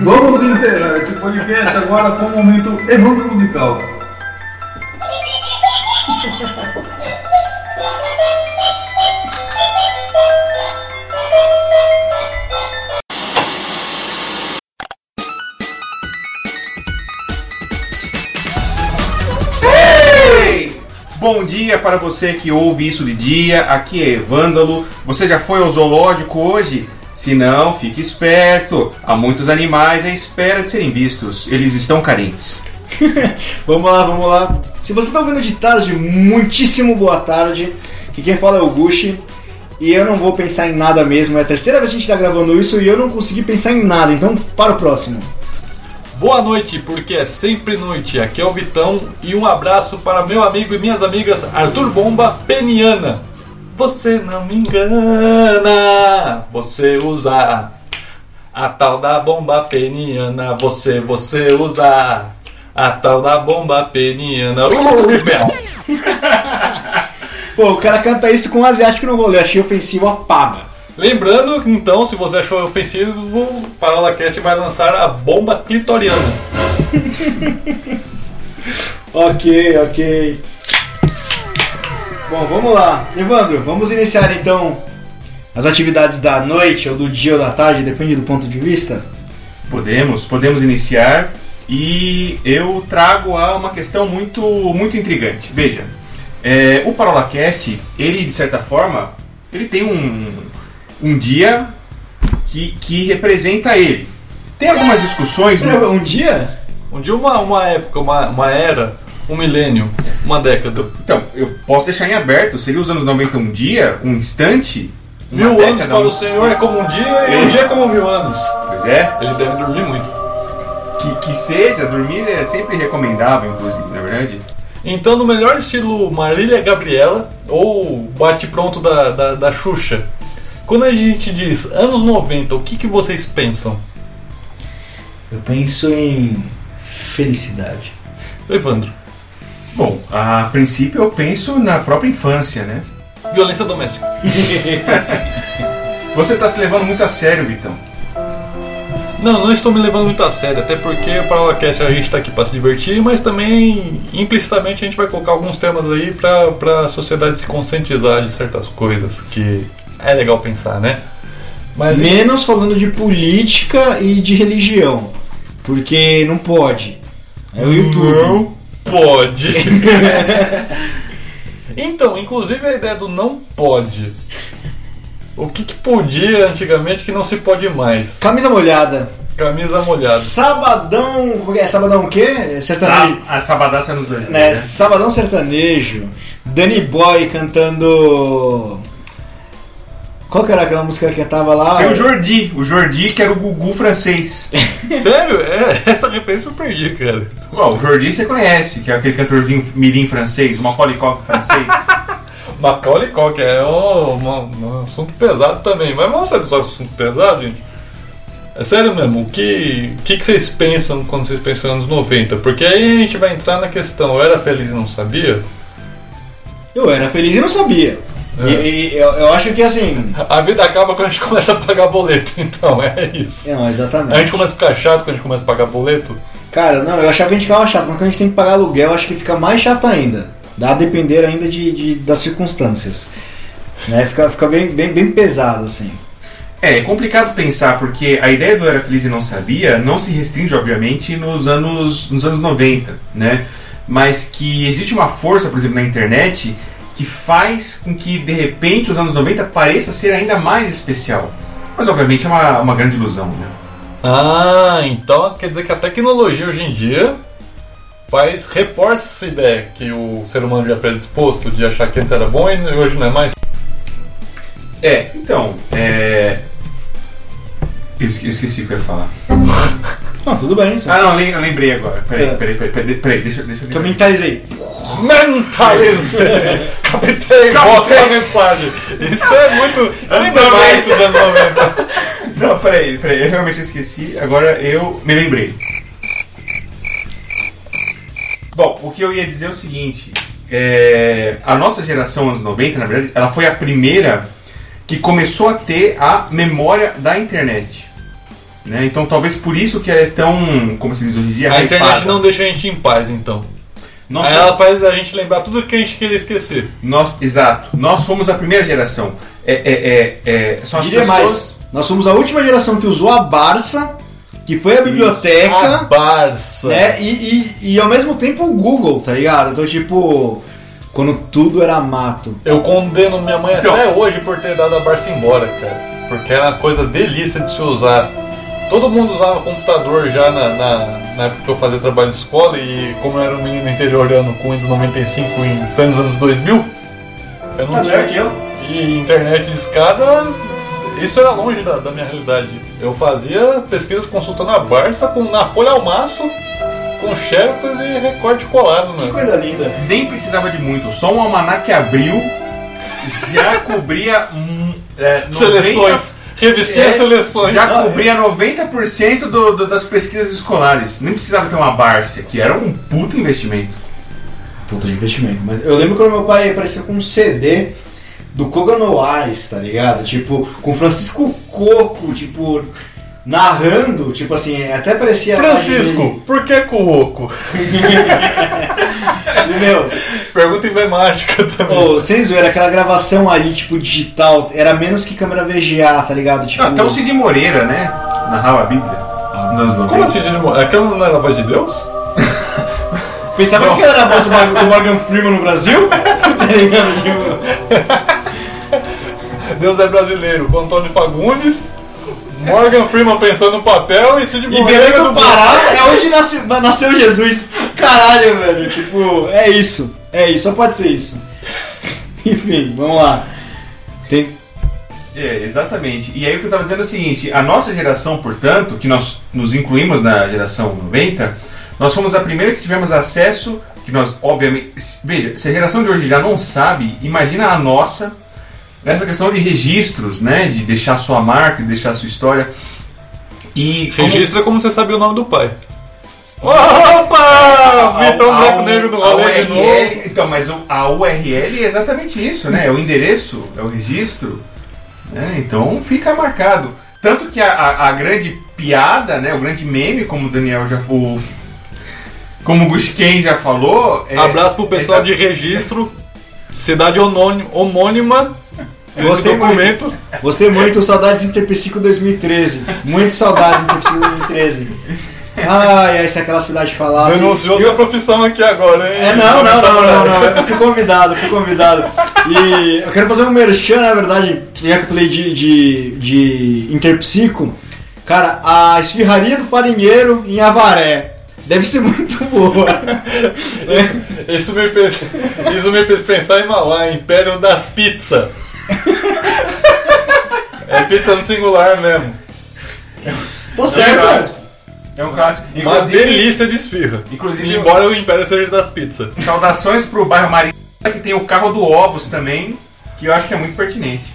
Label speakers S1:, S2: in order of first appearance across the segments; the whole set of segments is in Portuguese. S1: Vamos encerrar esse podcast agora com o momento Evandro Musical.
S2: Bom dia para você que ouve isso de dia, aqui é Evândalo. Você já foi ao zoológico hoje? Se não, fique esperto. Há muitos animais à espera de serem vistos. Eles estão carentes.
S3: Vamos lá, vamos lá. Se você tá ouvindo de tarde, muitíssimo boa tarde. Que quem fala é o Gucci. E eu não vou pensar em nada mesmo. É a terceira vez que a gente tá gravando isso e eu não consegui pensar em nada. Então, para o próximo.
S4: Boa noite, porque é sempre noite. Aqui é o Vitão e um abraço para meu amigo e minhas amigas Arthur Bomba Peniana. Você não me engana, você usa a tal da bomba peniana. Você, você usa a tal da bomba peniana. Ui, Bel.
S3: Pô, o cara canta isso com um asiático no rolê. Achei ofensivo a paga.
S4: Lembrando, que, então, se você achou ofensivo, o Parolacast vai lançar a bomba clitoriana.
S3: Ok, ok. Bom, vamos lá. Evandro, vamos iniciar então as atividades da noite ou do dia ou da tarde, depende do ponto de vista.
S2: Podemos, podemos iniciar. E eu trago a uma questão muito, muito intrigante. Veja, é, o Parolacast, ele de certa forma, ele tem um, um dia que, que representa ele. Tem algumas discussões.
S3: É,
S2: no-
S3: Um dia?
S4: Um dia, uma, uma época, uma, uma era, um milênio, uma década,
S2: Então, eu posso deixar em aberto. Seria os anos 90 um dia, um instante? uma
S4: mil anos
S2: década,
S4: para
S2: um-
S4: o Senhor é como um dia e um dia é como mil anos.
S2: Pois é.
S4: Ele deve dormir muito.
S2: Que, que seja, dormir é sempre recomendável, inclusive, na verdade.
S4: Então, no melhor estilo Marília Gabriela, ou bate-pronto da, da, da Xuxa, quando a gente diz anos 90, o que, que vocês pensam?
S3: Eu penso em felicidade.
S4: Evandro,
S2: Bom, a princípio eu penso na própria infância, né?
S4: violência doméstica.
S2: Você tá se levando muito a sério, Vitão.
S4: Não, não estou me levando muito a sério, até porque para o Cast a gente está aqui para se divertir, mas também implicitamente a gente vai colocar alguns temas aí para a sociedade se conscientizar de certas coisas que é legal pensar, né? Mas
S3: Menos falando de política e de religião. Porque não pode. É o YouTube.
S4: Não pode. então, inclusive a ideia do não pode. O que, que podia antigamente que não se pode mais?
S3: Camisa molhada.
S4: Camisa molhada.
S3: Sabadão. como que É sabadão o quê? Sertanejo.
S2: Sa- a Sabadaça nos dois.
S3: tá né? Sabadão sertanejo. Danny Boy cantando. Qual que era aquela música que cantava lá?
S2: Tem o Jordi, o Jordi que era o Gugu francês.
S4: Sério? É, essa referência eu perdi, cara.
S2: Bom, o Jordi você conhece, que é aquele cantorzinho mirim francês, uma colicó francês.
S4: Macaulay Culkin é um, um- um assunto pesado também, mas vamos sair dos assuntos pesados, gente? É sério mesmo, o que, o que, que vocês pensam quando vocês pensam nos anos 90? Porque aí a gente vai entrar na questão, eu era feliz e não sabia?
S3: Eu era feliz e não sabia.
S4: É.
S3: E, e eu, eu acho que assim.
S4: A vida acaba quando a gente começa a pagar boleto, então é isso.
S3: Não,
S4: A
S3: exatamente.
S4: gente começa a ficar chato quando a gente começa a pagar boleto.
S3: Cara, não, eu achava que a gente ficava chato, mas quando a gente tem que pagar aluguel, eu acho que fica mais chato ainda. Dá a depender ainda de, de- das circunstâncias. Né? Fica, fica bem, bem, bem pesado, assim.
S2: É, é complicado pensar, porque a ideia do Era Feliz e Não Sabia não se restringe, obviamente, nos anos, nos anos 90, né? Mas que existe uma força, por exemplo, na internet, que faz com que, de repente, os anos 90 pareça ser ainda mais especial. Mas, obviamente, é uma, uma grande ilusão, né?
S4: Ah, então quer dizer que a tecnologia hoje em dia faz, reforça essa ideia que o ser humano já é predisposto de achar que antes era bom e hoje não é mais.
S2: É, então, é... Eu esque- eu esqueci o que eu ia falar.
S3: Não, tudo bem, assim. isso.
S2: Ah, não, lem- eu lembrei agora.
S3: É.
S2: Peraí, peraí, peraí, peraí, peraí deixa, deixa eu
S3: Que eu mentalizei.
S4: Mentalize! Capitei, bota a mensagem! Isso é muito. Isso é
S2: Anos
S4: mais dos anos 90.
S2: Não, peraí, peraí, eu realmente esqueci, agora eu me lembrei. Bom, o que eu ia dizer é o seguinte: é, a nossa geração anos 90, na verdade, ela foi a primeira que começou a ter a memória da internet. Né? Então talvez por isso que ela é tão, como se diz hoje em dia,
S4: A internet
S2: hypada.
S4: não deixa a gente em paz, então.
S2: Nós
S4: Aí ela faz a gente lembrar tudo que a gente queria esquecer.
S2: Nós, exato. Nós fomos a primeira geração. É, é, é, é, são as
S3: Diria
S2: pessoas.
S3: mais, nós somos a última geração que usou a Barça, que foi a
S4: A
S3: biblioteca,
S2: Ah,
S4: Barça.
S3: né?
S2: é.
S3: E, e, e ao mesmo tempo o Google, tá ligado? Então, tipo, quando tudo era mato.
S4: Eu condeno minha mãe
S2: Então.
S4: até hoje por ter dado a Barça embora, cara. Porque era uma coisa delícia de se usar. Todo mundo usava computador já na, na, na época que eu fazia trabalho de escola e como eu era um menino interiorano com Windows 95 em plenos anos 2000, eu
S3: Tá
S4: não
S2: é
S4: tinha
S3: eu.
S4: E internet de escada, isso era longe da, da minha realidade. Eu fazia pesquisas consultando a Barça com, na folha ao maço, com xerox e recorte colado, né?
S3: coisa linda.
S2: Nem precisava de muito. Só um almanac abriu já cobria. hum, é, 90
S4: Seleções. Revistinha
S2: É,
S4: seleções.
S2: Já cobria 90% do, do, das pesquisas escolares. Nem precisava ter uma Barça, que era um puto investimento.
S3: Puta de investimento. Mas eu lembro quando meu pai apareceu com um CD do Koga Noais, tá ligado? Tipo, com Francisco Coco, tipo, narrando, tipo assim, até parecia. a
S4: Francisco, por que Cuoco?
S3: imagem dele. Meu,
S4: Pergunta emblemática também.
S3: Ô, sem zoeira, aquela gravação ali, tipo, digital, era menos que câmera VGA, tá ligado? Tipo,
S2: Ah, Até o Cid Moreira, né? Narrava a Bíblia. Nos anos 90.
S4: Como assim, Cid Moreira? Aquela não era a voz de Deus?
S3: pensava que era a voz do Mor- do Morgan Freeman no Brasil? tá ligado? Tipo,
S4: Deus é brasileiro, com Antônio Fagundes, Morgan Freeman pensando no papel e Cid
S3: e
S4: Moreira.
S3: Belém do
S4: no-
S3: Pará é onde nasce- nasceu Jesus. Caralho, velho, tipo, é isso. É isso, só pode ser isso. Enfim, vamos lá. Tem...
S2: É, exatamente. E aí o que eu estava dizendo é o seguinte, a nossa geração, portanto, que nós nos incluímos na geração 90, nós fomos a primeira que tivemos acesso, que nós, obviamente, s- veja, se a geração de hoje já não sabe, imagina a nossa, nessa questão de registros, né, de deixar sua marca, de deixar sua história, e... como-
S4: Registra como você sabia o nome do pai. Opa!
S2: a-
S4: Vitão
S2: a-
S4: Black Negro do
S2: a
S4: rolê de
S2: URL
S4: novo.
S2: Então, mas o- a URL é exatamente isso, né? É o endereço, é o registro. né? Então fica marcado. Tanto que a, a- a grande piada, né? O grande meme, como o Daniel já o, Como o Gushken já falou. é-
S4: Abraço pro pessoal
S2: é-
S4: de registro, cidade honônimo- homônima desse
S3: Gostei muito.
S4: documento.
S3: Gostei muito, saudades Interpecico 2013. Muito saudades Interpecico 2013. Ai, ai, se aquela cidade falasse.
S4: Denunciou sua profissão aqui agora, hein?
S3: Assim, É, não, não,
S4: Começar
S3: não,
S4: por
S3: não,
S4: aí.
S3: não. Eu fui convidado, fui convidado. E eu quero fazer um merchan, na verdade, já que eu falei de, de, de Interpsico. Cara, a esfirraria do farinheiro em Avaré. Deve ser muito boa.
S4: É, Isso me fez, isso me fez pensar em Malá, Império das Pizzas. É pizza no singular mesmo.
S3: Tô
S2: É um
S3: certo,
S2: clássico. É um clássico.
S4: Uma
S2: Inclusive,
S4: delícia de esfirra.
S2: inclusive
S4: Embora o Império seja das pizzas.
S2: saudações pro bairro Maria, que tem o carro do Ovos também, que eu acho que é muito pertinente.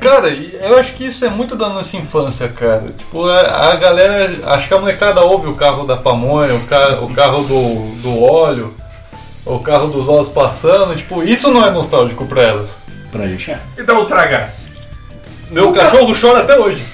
S4: Cara, e eu acho que isso é muito da nossa infância, cara. Tipo, a, a galera. Acho que a molecada ouve o carro da pamonha, o, ca- o carro do, do óleo, o carro dos olhos passando. Tipo, isso não é nostálgico pra elas.
S3: Pra gente.
S2: E dá o tragaço.
S4: Meu cachorro chora até hoje.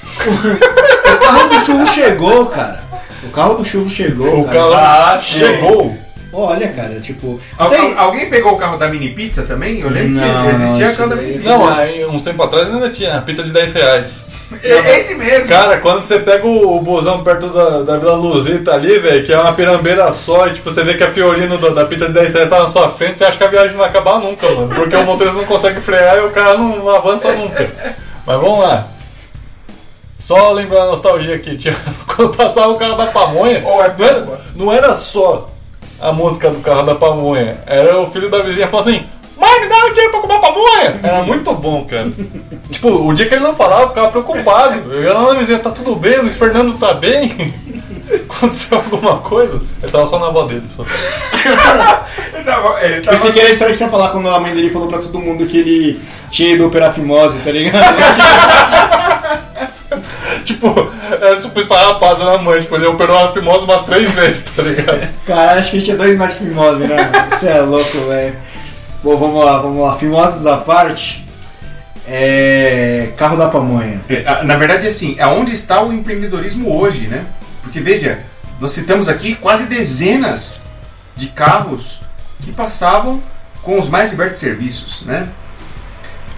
S3: O carro do churro chegou, cara. O carro do churro chegou.
S4: O
S3: cara.
S4: carro Ah,
S2: Ah,
S4: chegou.
S3: Olha, cara, tipo.
S2: Al-
S3: até-
S2: al- alguém pegou o carro da mini pizza também? Eu lembro
S3: Não,
S2: que existia
S3: isso
S2: a carro da
S3: daí-
S2: mini pizza.
S4: Não, aí, uns tempos atrás ainda tinha pizza de 10 reais.
S2: É esse mesmo.
S4: Cara, quando você pega o, o busão perto da, da Vila Luzita ali, velho, que é uma pirambeira só, e tipo, você vê que a Fiorino do- da pizza de 10 reais tá na sua frente, você acha que a viagem não vai acabar nunca, mano. Porque o motorista não consegue frear e o cara não, não avança nunca. Mas vamos lá. Só lembrar a nostalgia aqui, tinha, quando passava o carro da pamonha,
S2: Ou é
S4: não, era, não era só a música do carro da pamonha, era o filho da vizinha falando assim, mãe, me dá um dinheiro pra comprar pamonha! Era muito bom, cara. Tipo, o dia que ele não falava, eu ficava preocupado. Eu ia lá na vizinha, tá tudo bem, Luiz Fernando tá bem? Aconteceu alguma coisa? Ele tava só na avó dele. só.
S2: Ele tava- ele tava-
S3: Pensei que era a história que você ia falar quando a mãe dele falou pra todo mundo que ele tinha ido operar fimose, tá ligado?
S4: Tipo, era super esfarrapada na mãe. Tipo, ele operou a fimose umas três vezes, tá ligado?
S3: Cara, acho que a gente é dois mais de fimose, né? Você é louco, velho. Bom, vamos lá, vamos lá. Fimoses à parte. é carro da pamonha.
S2: É, a- Na verdade, assim, aonde está o empreendedorismo hoje, né? Porque veja, nós citamos aqui quase dezenas de carros que passavam com os mais diversos serviços, né?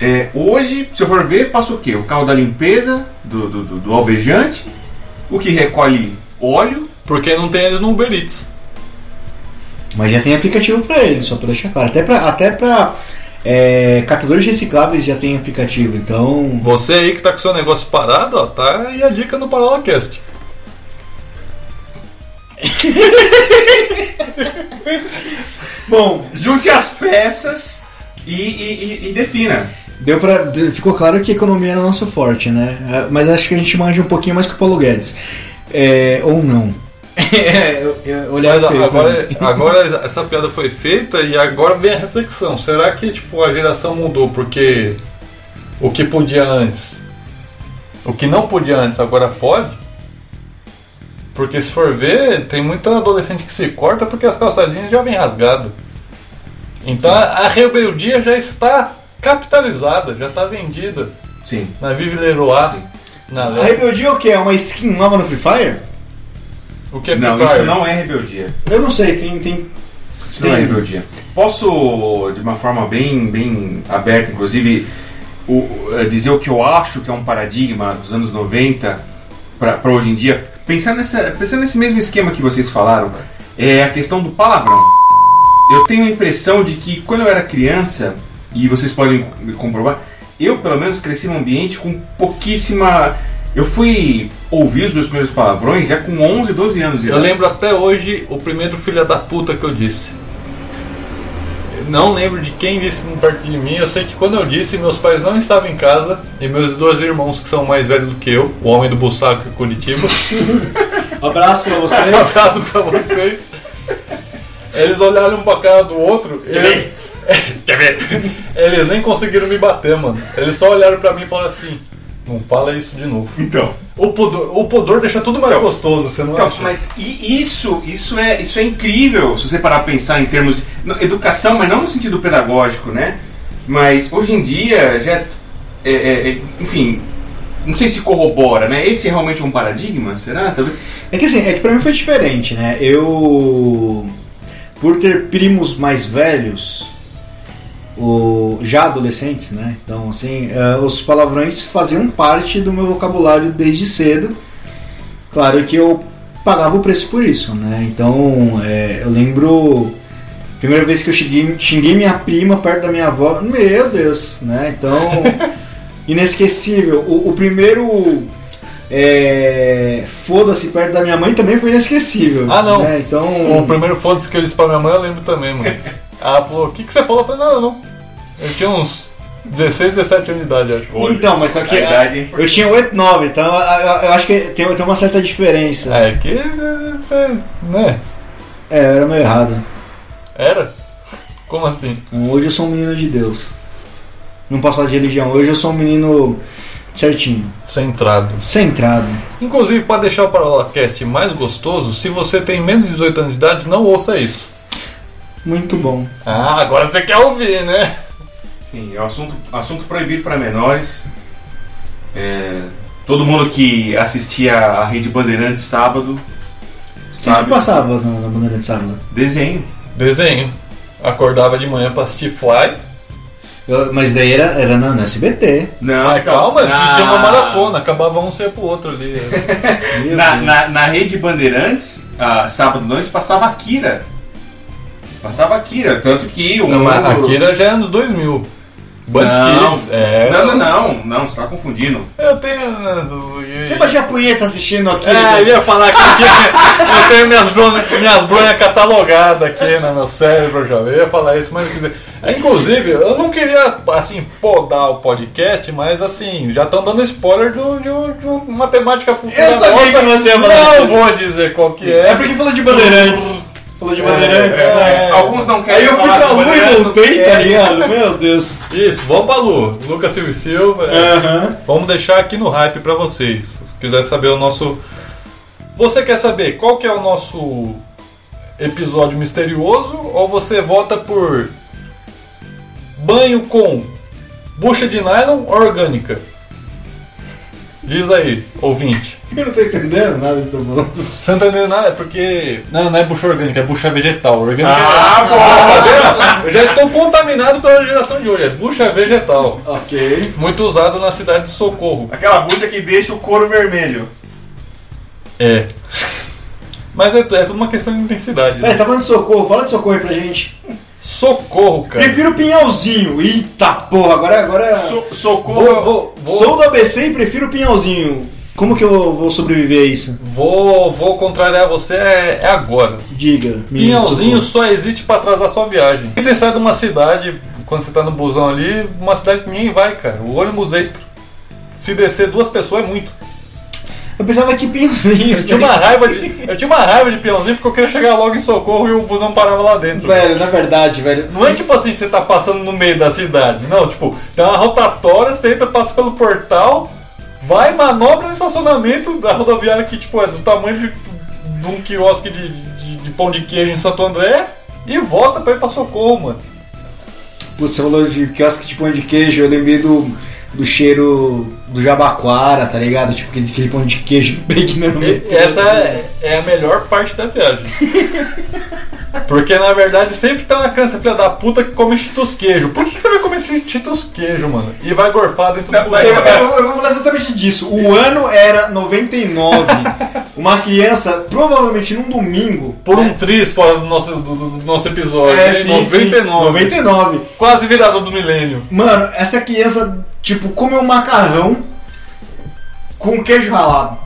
S2: É, hoje, se eu for ver, passa o quê? O carro da limpeza, do, do, do- do alvejante, o que recolhe óleo.
S4: Porque não tem eles no Uber Eats.
S3: Mas já tem aplicativo pra ele, só pra deixar claro. Até pra, até pra é, catadores recicláveis já tem aplicativo, então.
S4: Você aí que tá com seu negócio parado, ó, tá aí a dica no ParolaCast.
S3: Bom,
S2: Junte as peças e, e- e- e defina.
S3: deu pra. de- Ficou claro que a economia era o nosso forte, né? Ah, Mas acho que a gente manja um pouquinho mais que o Paulo Guedes. É, ou não. É, eu- eu- olhar
S4: Mas
S3: feio né? pra
S4: agora,
S2: né?
S4: é,
S3: mim.
S4: agora essa piada foi feita e agora vem a reflexão. Será que tipo, a geração mudou porque o que podia antes? O que não podia antes agora pode? Porque se for ver, tem muita adolescente que se corta porque as calçadinhas já vem rasgado. Então a, a rebeldia já está capitalizada, já está vendida
S2: Sim.
S4: na Vive Leroy,
S2: Sim.
S4: na
S3: A
S4: Lé.
S3: rebeldia é o que? É uma skin nova no Free Fire?
S4: O que é
S2: Não,
S4: Free Fire?
S2: isso não é rebeldia.
S3: Eu não sei, tem. tem...
S2: Isso não é rebeldia. Posso, de uma forma bem, bem aberta, inclusive, o- eh, dizer o que eu acho que é um paradigma dos anos 90 para hoje em dia? Pensando, nessa, pensando nesse mesmo esquema que vocês falaram, é a questão do palavrão. Eu tenho a impressão de que quando eu era criança, e vocês podem me comprovar, eu pelo menos cresci num ambiente com pouquíssima. Eu fui ouvir os meus primeiros palavrões já com 11, 12 anos de
S4: Eu
S2: idade.
S4: lembro até hoje o primeiro filho da puta que eu disse. Eu Não lembro de quem disse perto de mim. Eu sei que quando eu disse, meus pais não estavam em casa e meus dois irmãos, que são mais velhos do que eu, o homem do Bussaco e Curitiba,
S3: Abraço pra
S4: um
S3: vocês.
S4: abraço pra vocês. Eles olharam um pra cara do outro. Eles, eles nem conseguiram me bater, mano. Eles só olharam pra mim e falaram assim: Não fala isso de novo.
S2: Então.
S4: O pudor, o pudor deixa tudo mais
S2: Então,
S4: gostoso, você não
S2: Então,
S4: acha?
S2: mas i- isso, isso é, isso é incrível, se você parar a pensar em termos de no- educação, mas não no sentido pedagógico, né? Mas hoje em dia já, é- é- é- enfim, não sei se corrobora, né? Esse é realmente um paradigma, será? Talvez.
S3: É que assim, é que pra mim foi diferente, né? Eu. Por ter primos mais velhos, o, já adolescentes, né? Então, assim, eh, os palavrões faziam parte do meu vocabulário desde cedo. Claro que eu pagava o preço por isso, né? Então, eh, eu lembro. Primeira vez que eu xinguei, xinguei minha prima perto da minha avó, meu Deus, né? Então, inesquecível. O, o primeiro é, foda-se perto da minha mãe também foi inesquecível.
S4: Ah, não.
S3: né? Então,
S4: O primeiro foda-se que eu disse pra minha mãe, eu lembro também, mano. Ela falou, o que, que você falou? Eu falei, nada não. Eu tinha uns 16, 17 anos de idade, é acho.
S3: Então, mas só que
S2: A idade-
S3: eu tinha 8, 9, então a- a- eu acho que tem, tem uma certa diferença.
S4: É, que. eh, Você, né?
S3: É, eu era meio errado.
S4: Era? Como assim?
S3: Hoje eu sou um menino de Deus. Não posso falar de religião, hoje eu sou um menino certinho,
S4: Centrado.
S3: centrado.
S4: Inclusive, pra deixar o Parolacast mais gostoso, se você tem menos de 18 anos de idade, não ouça isso.
S3: Muito bom.
S4: Ah, agora você quer ouvir, né?
S2: Sim, é um assunto, assunto proibido para menores. É, todo mundo que assistia a Rede Bandeirantes sábado
S3: O que que
S2: sabe
S4: tipo
S3: passava na, na bandeira de sábado?
S2: desenho.
S4: Desenho. Acordava de manhã pra assistir Fly.
S3: Eu- mas daí era, era na, na SBT.
S2: Não,
S4: Ah,
S2: então-
S4: calma, tinha uma
S2: Ah.
S4: maratona, acabava um ser pro outro ali.
S3: Meu
S2: Na,
S3: Deus.
S2: na, na Rede Bandeirantes, ah, sábado à noite, passava Akira. Passava Akira, tanto que o.
S4: Não, mas
S2: mundo-
S4: Akira já é anos 2000. Bands
S2: Não.
S4: Kids. É,
S2: Não, não, não, não, você tá confundindo.
S4: Eu tenho. ah, do- eu-
S3: Você batia a punheta assistindo aqui.
S4: É, eu ia falar que eu, tinha, eu tenho minhas bronhas minhas bronha catalogadas aqui no meu cérebro, já eu ia falar isso, mas quer dizer, inclusive, eu não queria, assim, podar o podcast, mas assim, já estão dando spoiler do- de, um- de uma temática futura
S3: Eu sabia
S4: nossa.
S3: que você ia falar
S4: Não
S3: disso.
S4: vou dizer qual que
S3: É
S4: é.
S3: porque falou de bandeirantes. Falou de bandeirantes, né?
S4: É.
S2: Alguns não querem.
S3: Aí eu fui
S2: falar
S3: pra
S2: do
S3: lua e
S2: Bandeirantes,
S3: voltei,
S2: não
S3: tá
S2: querem.
S3: ligado? Meu Deus.
S4: Isso, vamos pra Lu, Lucas Silva e Silva. é.
S3: Aham.
S4: Vamos deixar aqui no hype pra vocês. Se quiser saber o nosso. Você quer saber qual que é o nosso episódio misterioso ou você vota por banho com Bucha de nylon ou orgânica? Diz aí, ouvinte.
S3: Eu não tô entendendo nada do que eu tô falando.
S4: Você não tá entendendo nada? É porque. Não, não é bucha orgânica, é bucha vegetal. Orgânica
S2: Ah, bom!
S4: é... Eu já estou contaminado pela geração de hoje. É bucha vegetal.
S3: Ok.
S4: Muito usada na cidade de Socorro.
S2: Aquela bucha que deixa o couro vermelho.
S4: É. Mas é, tu- é tudo uma questão de intensidade.
S3: Pera,
S4: Né?
S3: você tá falando de socorro? Fala de socorro aí pra gente.
S4: Socorro, cara.
S3: Prefiro Pinhalzinho. Eita porra, agora. agora... é
S2: So- socorro.
S4: Vou, vou, vou,
S3: Sou da ABC e prefiro Pinhalzinho. Como que eu vou sobreviver a isso?
S4: vou, vou contrariar você é, é agora.
S3: Diga. menino de
S4: Pinhãozinho
S3: socorro.
S4: só existe pra atrasar sua viagem. E você sai de uma cidade, quando você tá no busão ali, uma cidade que ninguém vai, cara. O ônibus entra. Se descer duas pessoas é muito.
S3: Eu pensava que Pinhalzinho.
S4: Eu tinha uma raiva de, eu tinha uma raiva de peãozinho porque eu queria chegar logo em socorro e o busão parava lá dentro.
S3: Velho, na verdade, velho.
S4: Não é tipo assim, você tá passando no meio da cidade. Não, tipo, tem uma rotatória, você entra, passa pelo portal, vai, manobra no estacionamento da rodoviária que, tipo, é do tamanho de, de um quiosque de, de- de pão de queijo em Santo André e volta pra ir pra Socorro, mano.
S3: Putz, você falou de quiosque de pão de queijo, eu lembrei do, do cheiro do jabaquara, tá ligado? Tipo aquele, aquele pão de queijo bem que não
S4: E Essa é, é a melhor parte da viagem. Porque na verdade sempre tá na cansa, filha da puta, que come cheetos queijo. Por que, que você vai comer esse cheetos queijo, mano? E vai gorfar dentro do
S2: Não, mas- é,
S3: Eu,
S4: boneco.
S3: eu- eu vou falar exatamente disso. O ano era 99. Uma criança, provavelmente num domingo. né?
S4: Por um tris fora do nosso, do, do- do nosso episódio.
S3: É,
S4: né?
S3: sim, sim,
S4: 99.
S3: 99.
S4: Quase virada do milênio.
S3: Mano, essa criança, tipo, comeu um macarrão com queijo ralado.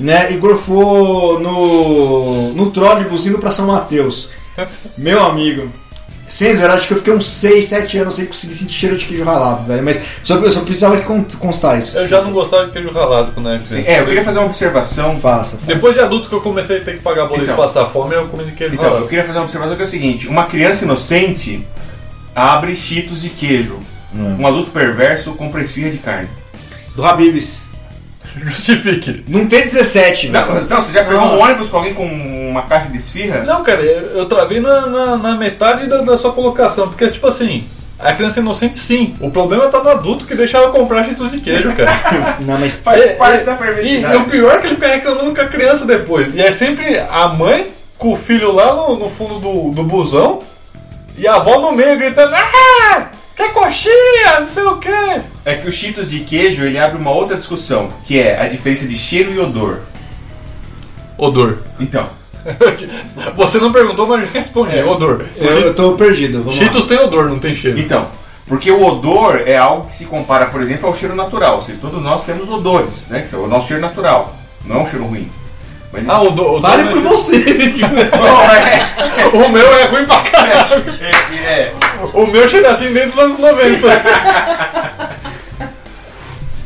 S3: Né? E gorfou no, no trólebus indo pra São Mateus. Meu amigo. Sem zoar, acho que eu fiquei uns 6, 7 anos sem conseguir sentir cheiro de queijo ralado, velho. Mas só, eu só precisava que con- constar isso. tipo,
S4: Eu já não gostava de queijo ralado quando era criança.
S2: É, eu queria fazer uma observação.
S3: Faça.
S4: Depois de adulto que eu comecei a ter que pagar boleto
S2: Então.
S4: e passar fome, eu comi de queijo
S2: Então, eu
S4: ralado.
S2: queria fazer uma observação que é o seguinte: uma criança inocente abre cheetos de queijo.
S4: Hum.
S2: Um adulto perverso compra esfirra de carne.
S3: Do Habibs.
S4: Justifique.
S3: Não tem 17,
S2: Não,
S3: velho.
S2: não você já pegou um
S3: Nossa.
S2: ônibus com alguém com uma caixa de esfirra?
S4: Não, cara, eu eu travei na, na, na metade da, da sua colocação, porque tipo assim. A criança inocente, sim. O problema tá no adulto que deixava eu comprar cheetos de queijo, cara.
S3: Não, mas.
S2: Faz
S4: É,
S2: parte
S4: é,
S2: da
S4: E,
S2: perversidade.
S4: e o pior é que ele fica reclamando com a criança depois. E é sempre a mãe com o filho lá no, no fundo do, do busão e a avó no meio gritando: Ah! Quer coxinha? Não sei o quê.
S2: É que o cheetos de queijo ele abre uma outra discussão, que é a diferença de cheiro e odor.
S4: Odor.
S2: Então,
S4: Você não perguntou, mas eu respondi: odor.
S3: Eu, eu tô perdido. Vamos lá.
S4: Cheetos tem odor, É. não tem cheiro.
S2: então, porque o odor é algo que se compara, por exemplo, ao cheiro natural. Ou seja, todos nós temos odores, né? Que é o nosso cheiro natural. Não é um cheiro ruim. Mas
S4: Ah, odor. odor
S3: Vale
S4: não é
S3: por você.
S2: Não, é,
S4: cheiro. O meu é ruim pra caralho.
S2: é, é.
S4: O meu cheira assim desde os anos 90.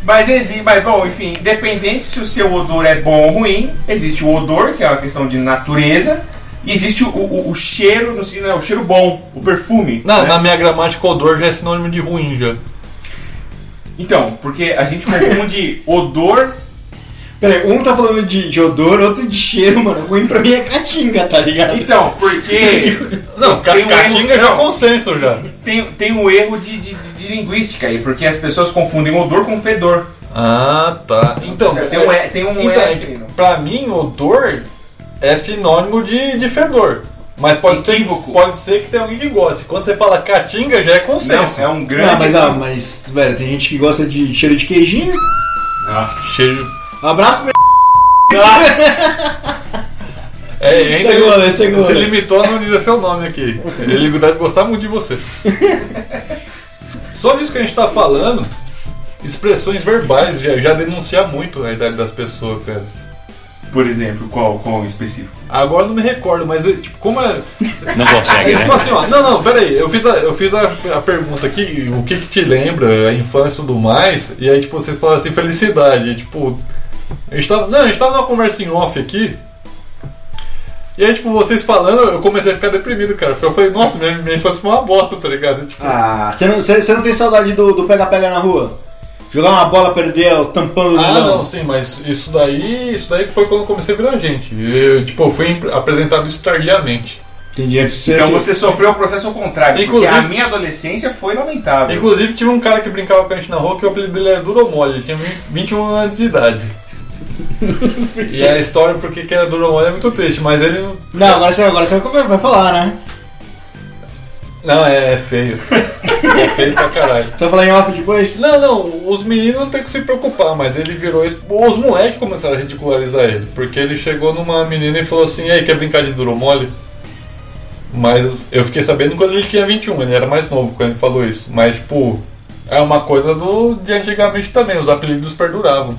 S2: Mas existe, mas bom, enfim, independente se o seu odor é bom ou ruim, existe o odor, que é uma questão de natureza, e existe o, o- o cheiro, no sentido, né, o cheiro bom, o perfume.
S4: Na,
S2: né?
S4: na minha gramática, odor já é sinônimo de ruim já.
S2: Então, porque a gente confunde odor
S3: Peraí, um tá falando de, de odor, outro de cheiro, mano. Ruim pra mim é caatinga, tá ligado?
S2: Então, porque
S4: Não,
S2: Tem um erro-
S4: caatinga já é
S2: não.
S4: consenso já.
S2: tem, tem um erro de, de, de linguística aí, porque as pessoas confundem odor com fedor.
S4: Ah, tá. Então,
S2: Tem um, E- tem um
S4: então,
S2: E
S4: é
S2: aqui,
S4: que
S2: não.
S4: pra mim, odor é sinônimo de, de fedor. Mas pode, ter,
S2: Equívoco.
S4: pode ser que tenha alguém que goste. Quando você fala caatinga, já é consenso.
S2: Não, é um grande.
S3: Ah, mas, ah, mas, velho, tem gente que gosta de cheiro de queijinho.
S2: Nossa.
S4: Cheiro.
S3: Abraço, meu.
S4: É, é ainda-
S3: Segura, segura.
S4: Você limitou a não dizer seu nome aqui. Ele deve gostar muito de você. Sobre isso que a gente tá falando, expressões verbais já, já denuncia muito a idade das pessoas, cara.
S2: Por exemplo, qual, qual específico?
S4: Agora eu não me recordo, mas é, tipo, como é.
S5: Não consegue,
S4: É
S5: né?
S4: tipo assim, ó, não, não, peraí, eu fiz a, eu fiz a, a pergunta aqui, o que que te lembra, a infância e tudo mais, e aí, tipo, vocês falaram assim, felicidade, e, tipo, a gente tava, não, a gente tava numa conversa em off aqui, e aí, tipo, vocês falando, eu comecei a ficar deprimido, cara, porque eu falei, nossa, minha, minha infância foi uma bosta, tá ligado? E, tipo,
S3: Ah, você não, você, você não tem saudade do do pega-pega na rua? Jogar uma bola, perder, ó, tampando o
S4: ah,
S3: dedão?
S4: não, sim, mas isso daí, isso daí foi quando eu comecei a virar gente, eu, tipo, eu fui empre- apresentado isso tardiamente.
S3: Tem dinheiro de ser.
S2: Então você sofreu o processo ao contrário.
S4: Inclusive-
S2: Porque a minha adolescência foi lamentável.
S4: Inclusive, tinha um cara que brincava com a gente na rua que o apelido dele era Duro ou Mole, ele tinha 21 anos de idade. e a história porque que era Duro ou Mole é muito triste, mas ele não.
S3: Não, agora você, agora você vai, vai falar, né?
S4: Não, é, é feio. é feio pra caralho.
S3: Você vai falar em off depois?
S4: Não, não, os meninos não tem que se preocupar, mas ele virou. es- Os moleques começaram a ridicularizar ele, porque ele chegou numa menina e falou assim: Ei, quer brincar de Duro ou Mole? Mas eu fiquei sabendo quando ele tinha 21, ele era mais novo quando ele falou isso. Mas, tipo, é uma coisa do de antigamente também, os apelidos perduravam.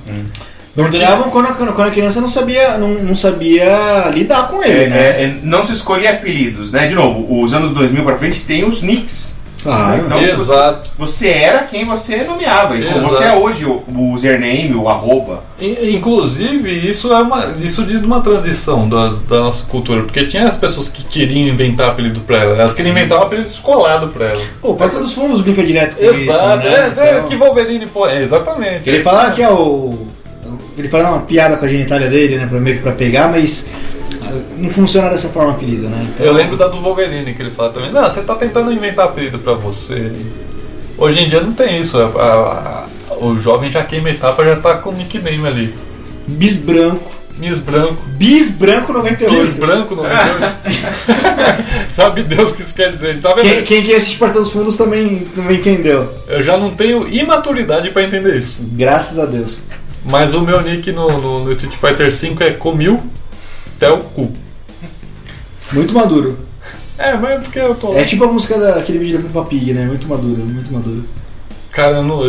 S3: Não
S4: tinha-
S3: tiravam quando, a- quando, quando a criança não sabia, não, não sabia lidar com ele,
S2: É,
S3: né?
S2: é, é, não se escolhe apelidos, né? De novo, os anos 2000 pra frente tem os nicks.
S3: Claro.
S2: Então,
S4: Exato.
S2: Você era quem você nomeava. E como
S4: Exato.
S2: você é hoje o o username, o arroba.
S4: I- Inclusive, isso, é uma, isso diz uma transição da, da nossa cultura, porque tinha as pessoas que queriam inventar apelido pra ela, elas queriam inventar um apelido descolado pra ela.
S3: Pô, o Porta dos Fundos brinca direto com isso,
S4: Exato,
S3: né?
S4: é, é,
S3: Então,
S4: que Wolverine, pô, é, exatamente.
S3: Ele fala que é o... Ele fala uma piada com a genitália dele, né? Pra, meio que pra pegar, mas ah, não funciona dessa forma apelido, né? Então-
S4: Eu lembro da do Wolverine que ele fala também. Não, você tá tentando inventar apelido pra você. Hoje em dia não tem isso. a- a- a- o jovem já queima etapa, já tá com o nickname ali.
S3: Bis Branco.
S4: Miss Branco.
S3: Bis Branco 98.
S4: Miss Branco, não Sabe Deus o que isso quer dizer. Ele tá vendo?
S3: Quem, quem que assiste Porta dos Fundos também, também entendeu.
S4: Eu já não tenho imaturidade pra entender isso.
S3: Graças a Deus.
S4: Mas o meu nick no, no- no Street Fighter V é Comil Telcu.
S3: Muito maduro.
S4: É, mas é porque eu tô.
S3: É tipo a música daquele vídeo da Peppa Pig, né? Muito maduro, muito maduro.
S4: Cara, no,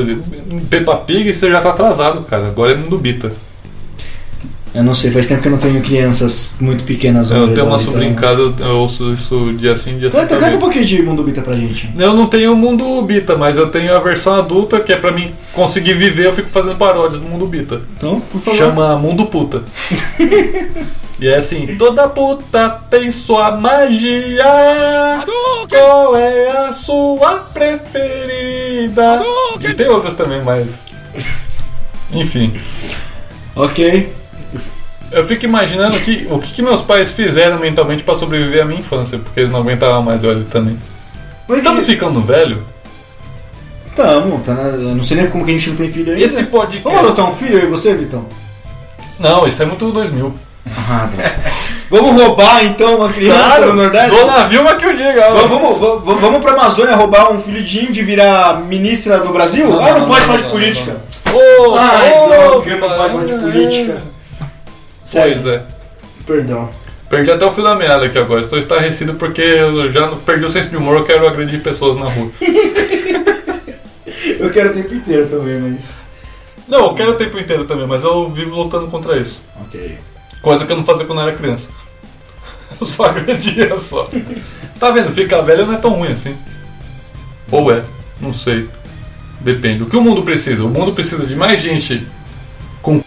S4: Peppa Pig você já tá atrasado, cara. Agora é no do Bita.
S3: Eu não sei, faz tempo que eu não tenho crianças muito pequenas. ao
S4: Eu tenho
S3: redor,
S4: uma
S3: então-
S4: sobrinha em casa, eu- eu ouço isso dia sim, dia sim.
S3: Canta, canta um
S4: também.
S3: pouquinho de Mundo Bita pra gente.
S4: Eu não tenho o mundo Bita, mas eu tenho a versão adulta, que é pra mim conseguir viver, eu fico fazendo paródias do mundo Bita.
S3: Então, por favor.
S4: Chama Mundo Puta. e é assim: toda puta tem sua magia. Qual é a sua preferida? E tem outras também, mas. Enfim.
S3: Ok.
S4: Eu fico imaginando que, o que, que meus pais fizeram mentalmente pra sobreviver à minha infância, porque eles não aguentavam mais o óleo também.
S3: Mas tá
S4: Estamos ficando velho?
S3: Tamo, tá na... eu não sei nem como que a gente não tem filho ainda.
S4: Esse podcast.
S3: Vamos adotar um filho eu e você, Vitão?
S4: Não, isso é muito 2000.
S3: Ah, droga. Vamos roubar então uma criança do Nordeste?
S4: Dona Vilma que eu diga.
S3: Vamos, vamos, vamos, vamos pra Amazônia roubar um filho de índio e virar ministra do Brasil?
S4: Não,
S3: ah, não,
S4: não,
S3: pode
S4: não,
S3: falar de
S4: não,
S3: política.
S4: Ô,
S3: Ai,
S4: ô,
S3: droga, não pode falar de
S4: cara.
S3: política. Sério,
S4: Pois é.
S3: perdão.
S4: Perdi até o fio da meada aqui agora. Estou estarrecido porque eu já não- perdi o senso de humor. Eu quero agredir pessoas na rua.
S3: Eu quero o tempo inteiro também, mas.
S4: Não, eu quero o tempo inteiro também, mas eu vivo lutando contra isso.
S3: Ok.
S4: Coisa que eu não fazia quando eu era criança. Eu só agredia só. Tá vendo? Ficar velho não é tão ruim assim. Ou é, não sei. Depende. O que o mundo precisa? O mundo precisa de mais gente com.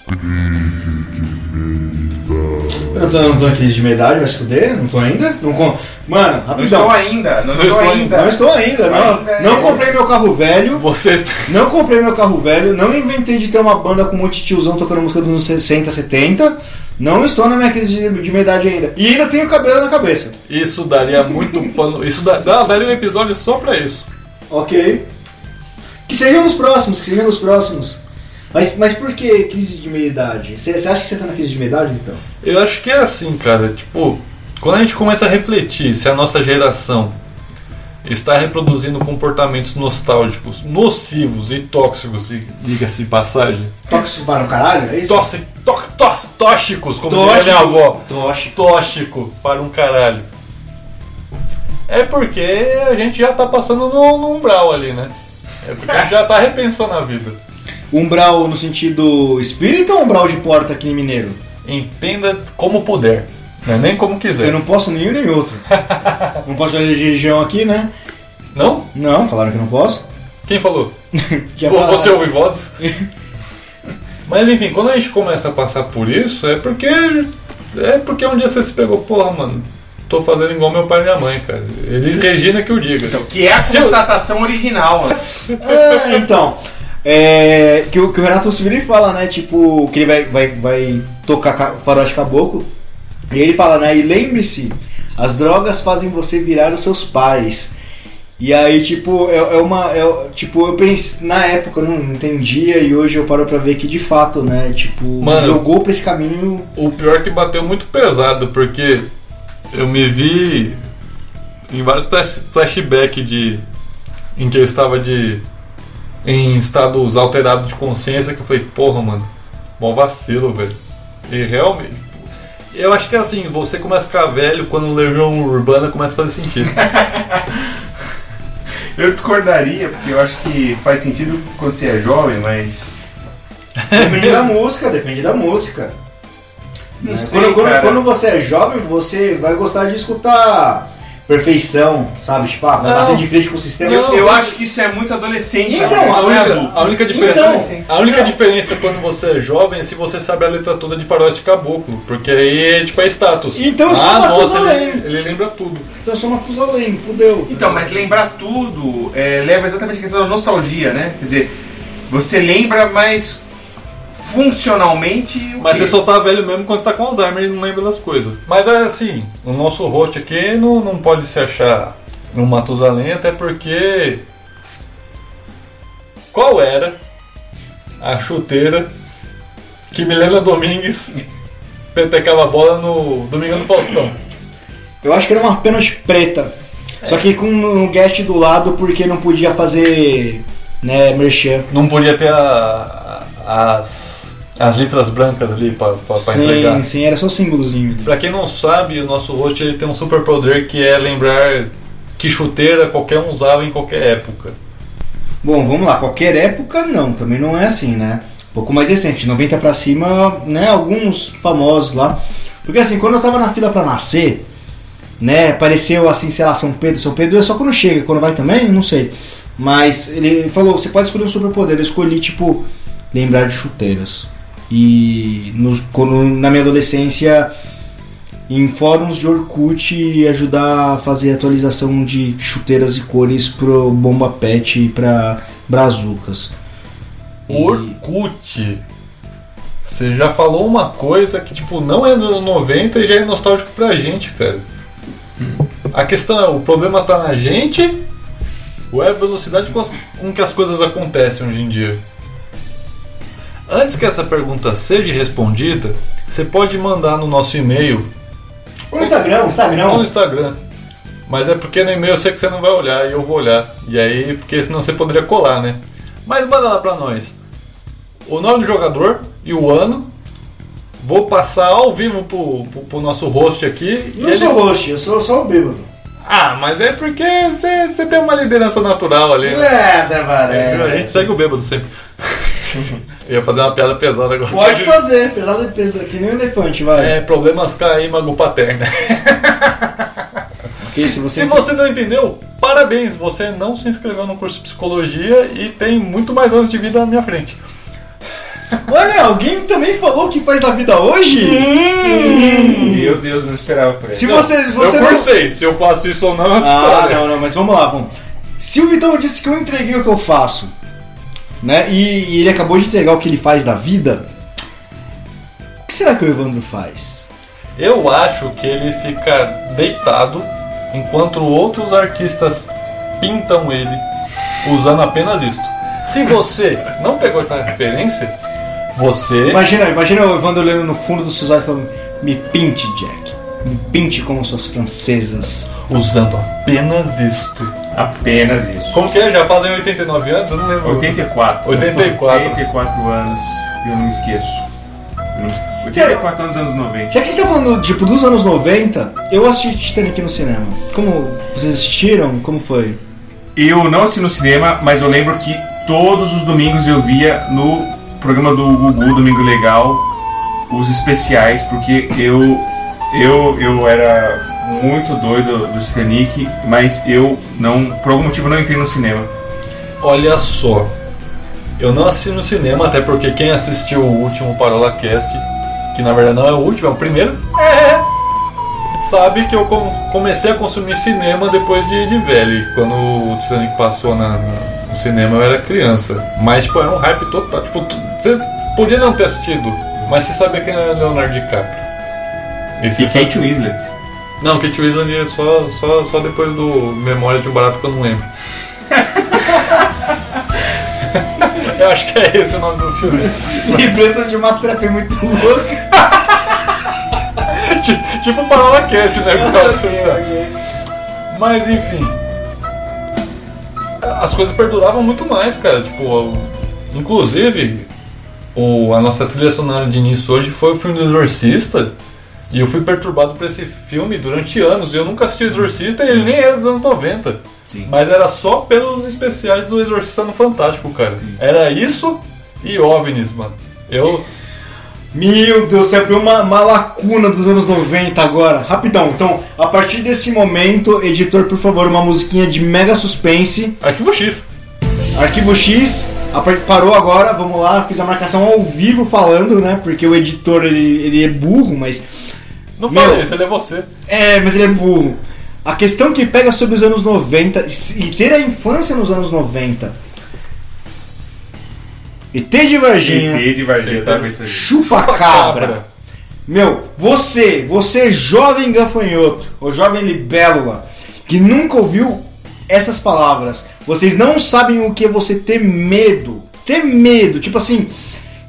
S3: Eu não tô, eu não tô na crise de medalha, vai se fuder? Não tô ainda? Não com... Mano,
S2: Não estou
S3: rapidão.
S2: ainda, Então, não,
S4: Não
S2: estou,
S4: estou
S2: ainda.
S3: Não estou ainda, não.
S2: Ainda é.
S3: Não comprei meu carro velho.
S4: Você está.
S3: Não comprei meu carro velho. Não inventei de ter uma banda com um monte de tiozão tocando música dos anos 60, 70. Não estou na minha crise de, de medalha ainda. E ainda tenho cabelo na cabeça.
S4: Isso daria muito pano. Isso da- dá- daria um episódio só pra isso.
S3: Ok. Que sejam nos próximos, que sejam nos próximos. Mas, mas por que crise de meia-idade? Você acha que você tá na crise de meia-idade, então?
S4: Eu acho que é assim, cara. Tipo, quando a gente começa a refletir se a nossa geração está reproduzindo comportamentos nostálgicos, nocivos e tóxicos, e- diga-se de passagem.
S3: Tóxico para o caralho, é isso?
S4: Tóxi, tó, tó, tóxicos, como diria minha avó.
S3: Tóxico.
S4: Tóxico para um caralho. É porque a gente já tá passando no, no umbral ali, né? É porque a gente já tá repensando a vida.
S3: Umbral Um no sentido espírita ou umbral de porta aqui em Mineiro?
S4: Entenda como puder. Não é nem como quiser.
S3: Eu não posso nenhum nem outro. não posso falar de religião aqui, né?
S4: Não?
S3: Não, falaram que não posso.
S4: Quem falou?
S3: Já
S4: Ou
S3: falaram.
S4: Você ouve vozes? Mas enfim, quando a gente começa a passar por isso, é porque. É porque um dia você se pegou, porra, mano, tô fazendo igual meu pai e minha mãe, cara. Eles Regina que eu diga.
S2: Então, que é a
S4: Se eu-
S2: constatação original. né?
S3: Ah, então. É, que, o, que o Renato Silveira fala, né? Tipo, que ele vai, vai, vai tocar ca- faroeste caboclo. E ele fala, né? E lembre-se, As drogas fazem você virar os seus pais. E aí, tipo, é, é uma. é- tipo, eu pensei. Na época eu não entendia e hoje eu paro pra ver que de fato, né? Tipo,
S4: Mano.
S3: jogou pra esse caminho.
S4: O pior é que bateu muito pesado, porque eu me vi em vários flash, flashbacks de. em que eu estava de. em estados alterados de consciência, que eu falei, porra, mano, mó vacilo, velho. E realmente. Eu acho que é assim, você começa a ficar velho quando Legião Urbana começa a fazer sentido.
S2: Eu discordaria, porque eu acho que faz sentido quando você é jovem, mas.
S3: Depende da música, depende da música.
S2: Não
S3: né?
S2: sei,
S3: quando, quando-
S2: cara.
S3: quando você é jovem, você vai gostar de escutar perfeição, sabe? Tipo, ah, vai
S4: Não.
S3: bater de frente com o sistema.
S4: Não.
S2: Eu acho que isso é muito adolescente.
S3: Então,
S2: cara. Isso
S4: A
S2: não é
S4: única,
S2: adulto.
S4: a única diferença, é
S3: Então,
S4: a única diferença quando você é jovem é se você sabe a letra toda de Faroeste Caboclo, porque aí tipo, é status.
S3: Então eu sou
S4: ah, nossa,
S3: Matusalém.
S4: ele, ele lembra tudo.
S3: Então eu sou Matusalém, fudeu.
S2: Então, mas lembrar tudo é, leva exatamente a questão da nostalgia, né? Quer dizer, você lembra, mas funcionalmente. o
S4: Mas
S2: quê?
S4: você só tá velho mesmo quando você tá com Alzheimer e não lembra das coisas. Mas é assim, o nosso host aqui não, não pode se achar um Matusalém, até porque. Qual era a chuteira que Milena Domingues petecava a bola no Domingão do Faustão?
S3: Eu acho que era uma pênalti preta. Só que com um guest do lado porque não podia fazer né, merchan.
S4: Não podia ter a- a- as, as letras brancas ali pra, pra, pra entregar.
S3: Sim, sim, era só símbolozinho.
S4: Pra quem não sabe, o nosso host ele tem um superpoder que é lembrar que chuteira qualquer um usava em qualquer época.
S3: Bom, vamos lá, qualquer época não, também não é assim, né? Um pouco mais recente, de 90 pra cima, né, alguns famosos lá. Porque assim, quando eu tava na fila pra nascer, né, apareceu assim, sei lá, São Pedro, São Pedro, é só quando chega, quando vai também, não sei. Mas ele falou, você pode escolher um superpoder, eu escolhi, tipo, lembrar de chuteiras. E nos, quando, na minha adolescência, em fóruns de Orkut e ajudar a fazer atualização de chuteiras e cores pro Bomba Pet e pra Brazucas.
S4: Orkut. Você já falou uma coisa que tipo não é dos anos 90 e já é nostálgico pra gente, cara. A questão é, o problema tá na gente ou é a velocidade com, as- com que as coisas acontecem hoje em dia? Antes que essa pergunta seja respondida, você pode mandar no nosso e-mail
S3: O Instagram, o Instagram.
S4: Não Tá no Instagram. Mas é porque no e-mail eu sei que você não vai olhar e eu vou olhar. E aí, porque senão você poderia colar, né? Mas manda lá pra nós. O nome do jogador e o ano. Vou passar ao vivo pro, pro, pro nosso host aqui. e
S3: Não
S4: ele-
S3: sou roxo, eu sou só um bêbado.
S4: Ah, mas é porque você você tem uma liderança natural ali. né?
S3: É,
S4: A gente segue o bêbado sempre. eu ia fazer uma piada pesada agora.
S3: Pode fazer, pesado de peso, que nem um elefante, vai.
S4: É, problemas com a imago paterna.
S3: Porque se você.
S4: Se você não entendeu, parabéns, você não se inscreveu no curso de psicologia e tem muito mais anos de vida na minha frente.
S3: Olha, alguém também falou que faz na vida hoje?
S2: Meu Deus, não esperava por
S3: Se
S2: isso.
S3: você, se você
S4: eu
S3: não.
S4: cursei, se eu faço isso ou não é outra
S3: Ah,
S4: história.
S3: não, não, mas vamos lá, vamos. Se o Vitão disse que eu entreguei o que eu faço, né? E, e ele acabou de entregar o que ele faz da vida, o que será que o Evandro faz?
S4: Eu acho que ele fica deitado enquanto outros artistas pintam ele usando apenas isto. Se você não pegou essa referência, você
S3: Imagina, imagina o Evandro olhando no fundo dos seus olhos e falando: Me pinte, Jack. Me pinte como suas francesas.
S4: usando apenas isto.
S2: Apenas isso.
S4: Como que é? Já fazem 89 anos? Eu não lembro.
S2: 84.
S4: 84.
S2: 84 anos, e eu não esqueço. Eu não- 84 anos, anos 90.
S3: Já que a gente tá falando, tipo, dos anos 90, eu assisti Titanic no cinema. Como vocês assistiram? Como foi?
S2: Eu não assisti no cinema, mas eu lembro que todos os domingos eu via no programa do Gugu, Domingo Legal, os especiais, porque eu eu, eu era muito doido do Titanic, mas eu não, por algum motivo, não entrei no cinema.
S4: Olha só, eu não assisti no cinema, até porque quem assistiu o último ParolaCast, que na verdade não é o último, é o primeiro, sabe que eu com- comecei a consumir cinema depois de, de velho. Quando o Titanic passou na- na- no cinema eu era criança. Mas tipo, era um hype total. Tipo, tu- você podia não ter assistido, mas você sabia que era Leonardo DiCaprio.
S2: E Kate Winslet.
S4: Não, Kate Winslet é só, só, só depois do Memória de um Barato que eu não lembro. eu acho que é esse o nome do filme.
S3: Lembranças de uma trap muito louca.
S4: Ti- tipo Banana Cast o negócio. sabe? Mas enfim. As coisas perduravam muito mais, cara. Tipo, o- inclusive, o, a nossa trilha sonora de início hoje foi o filme do Exorcista. E eu fui perturbado por esse filme durante anos. E eu nunca assisti o Exorcista e ele nem era dos anos 90.
S2: Sim.
S4: Mas era só pelos especiais do Exorcista no Fantástico, cara. Era isso e OVNIs, mano. Eu.
S3: Meu Deus, você abriu uma, uma lacuna dos anos 90 agora. Rapidão, então, a partir desse momento, editor, por favor, uma musiquinha de mega suspense.
S4: Arquivo X.
S3: Arquivo X a par- parou agora, vamos lá, fiz a marcação ao vivo falando, né? Porque o editor ele, ele é burro, mas.
S4: Não
S3: Meu.
S4: fala isso, ele é você.
S3: É, mas ele é burro. A questão que pega sobre os anos 90 e se- e ter a infância nos anos 90. ET de Varginha,
S2: GT de Varginha, tá pensando nisso.
S3: chupa-cabra. Meu, você, você jovem gafanhoto, ou jovem libélula, que nunca ouviu essas palavras, vocês não sabem o que é você ter medo. Ter medo, tipo assim,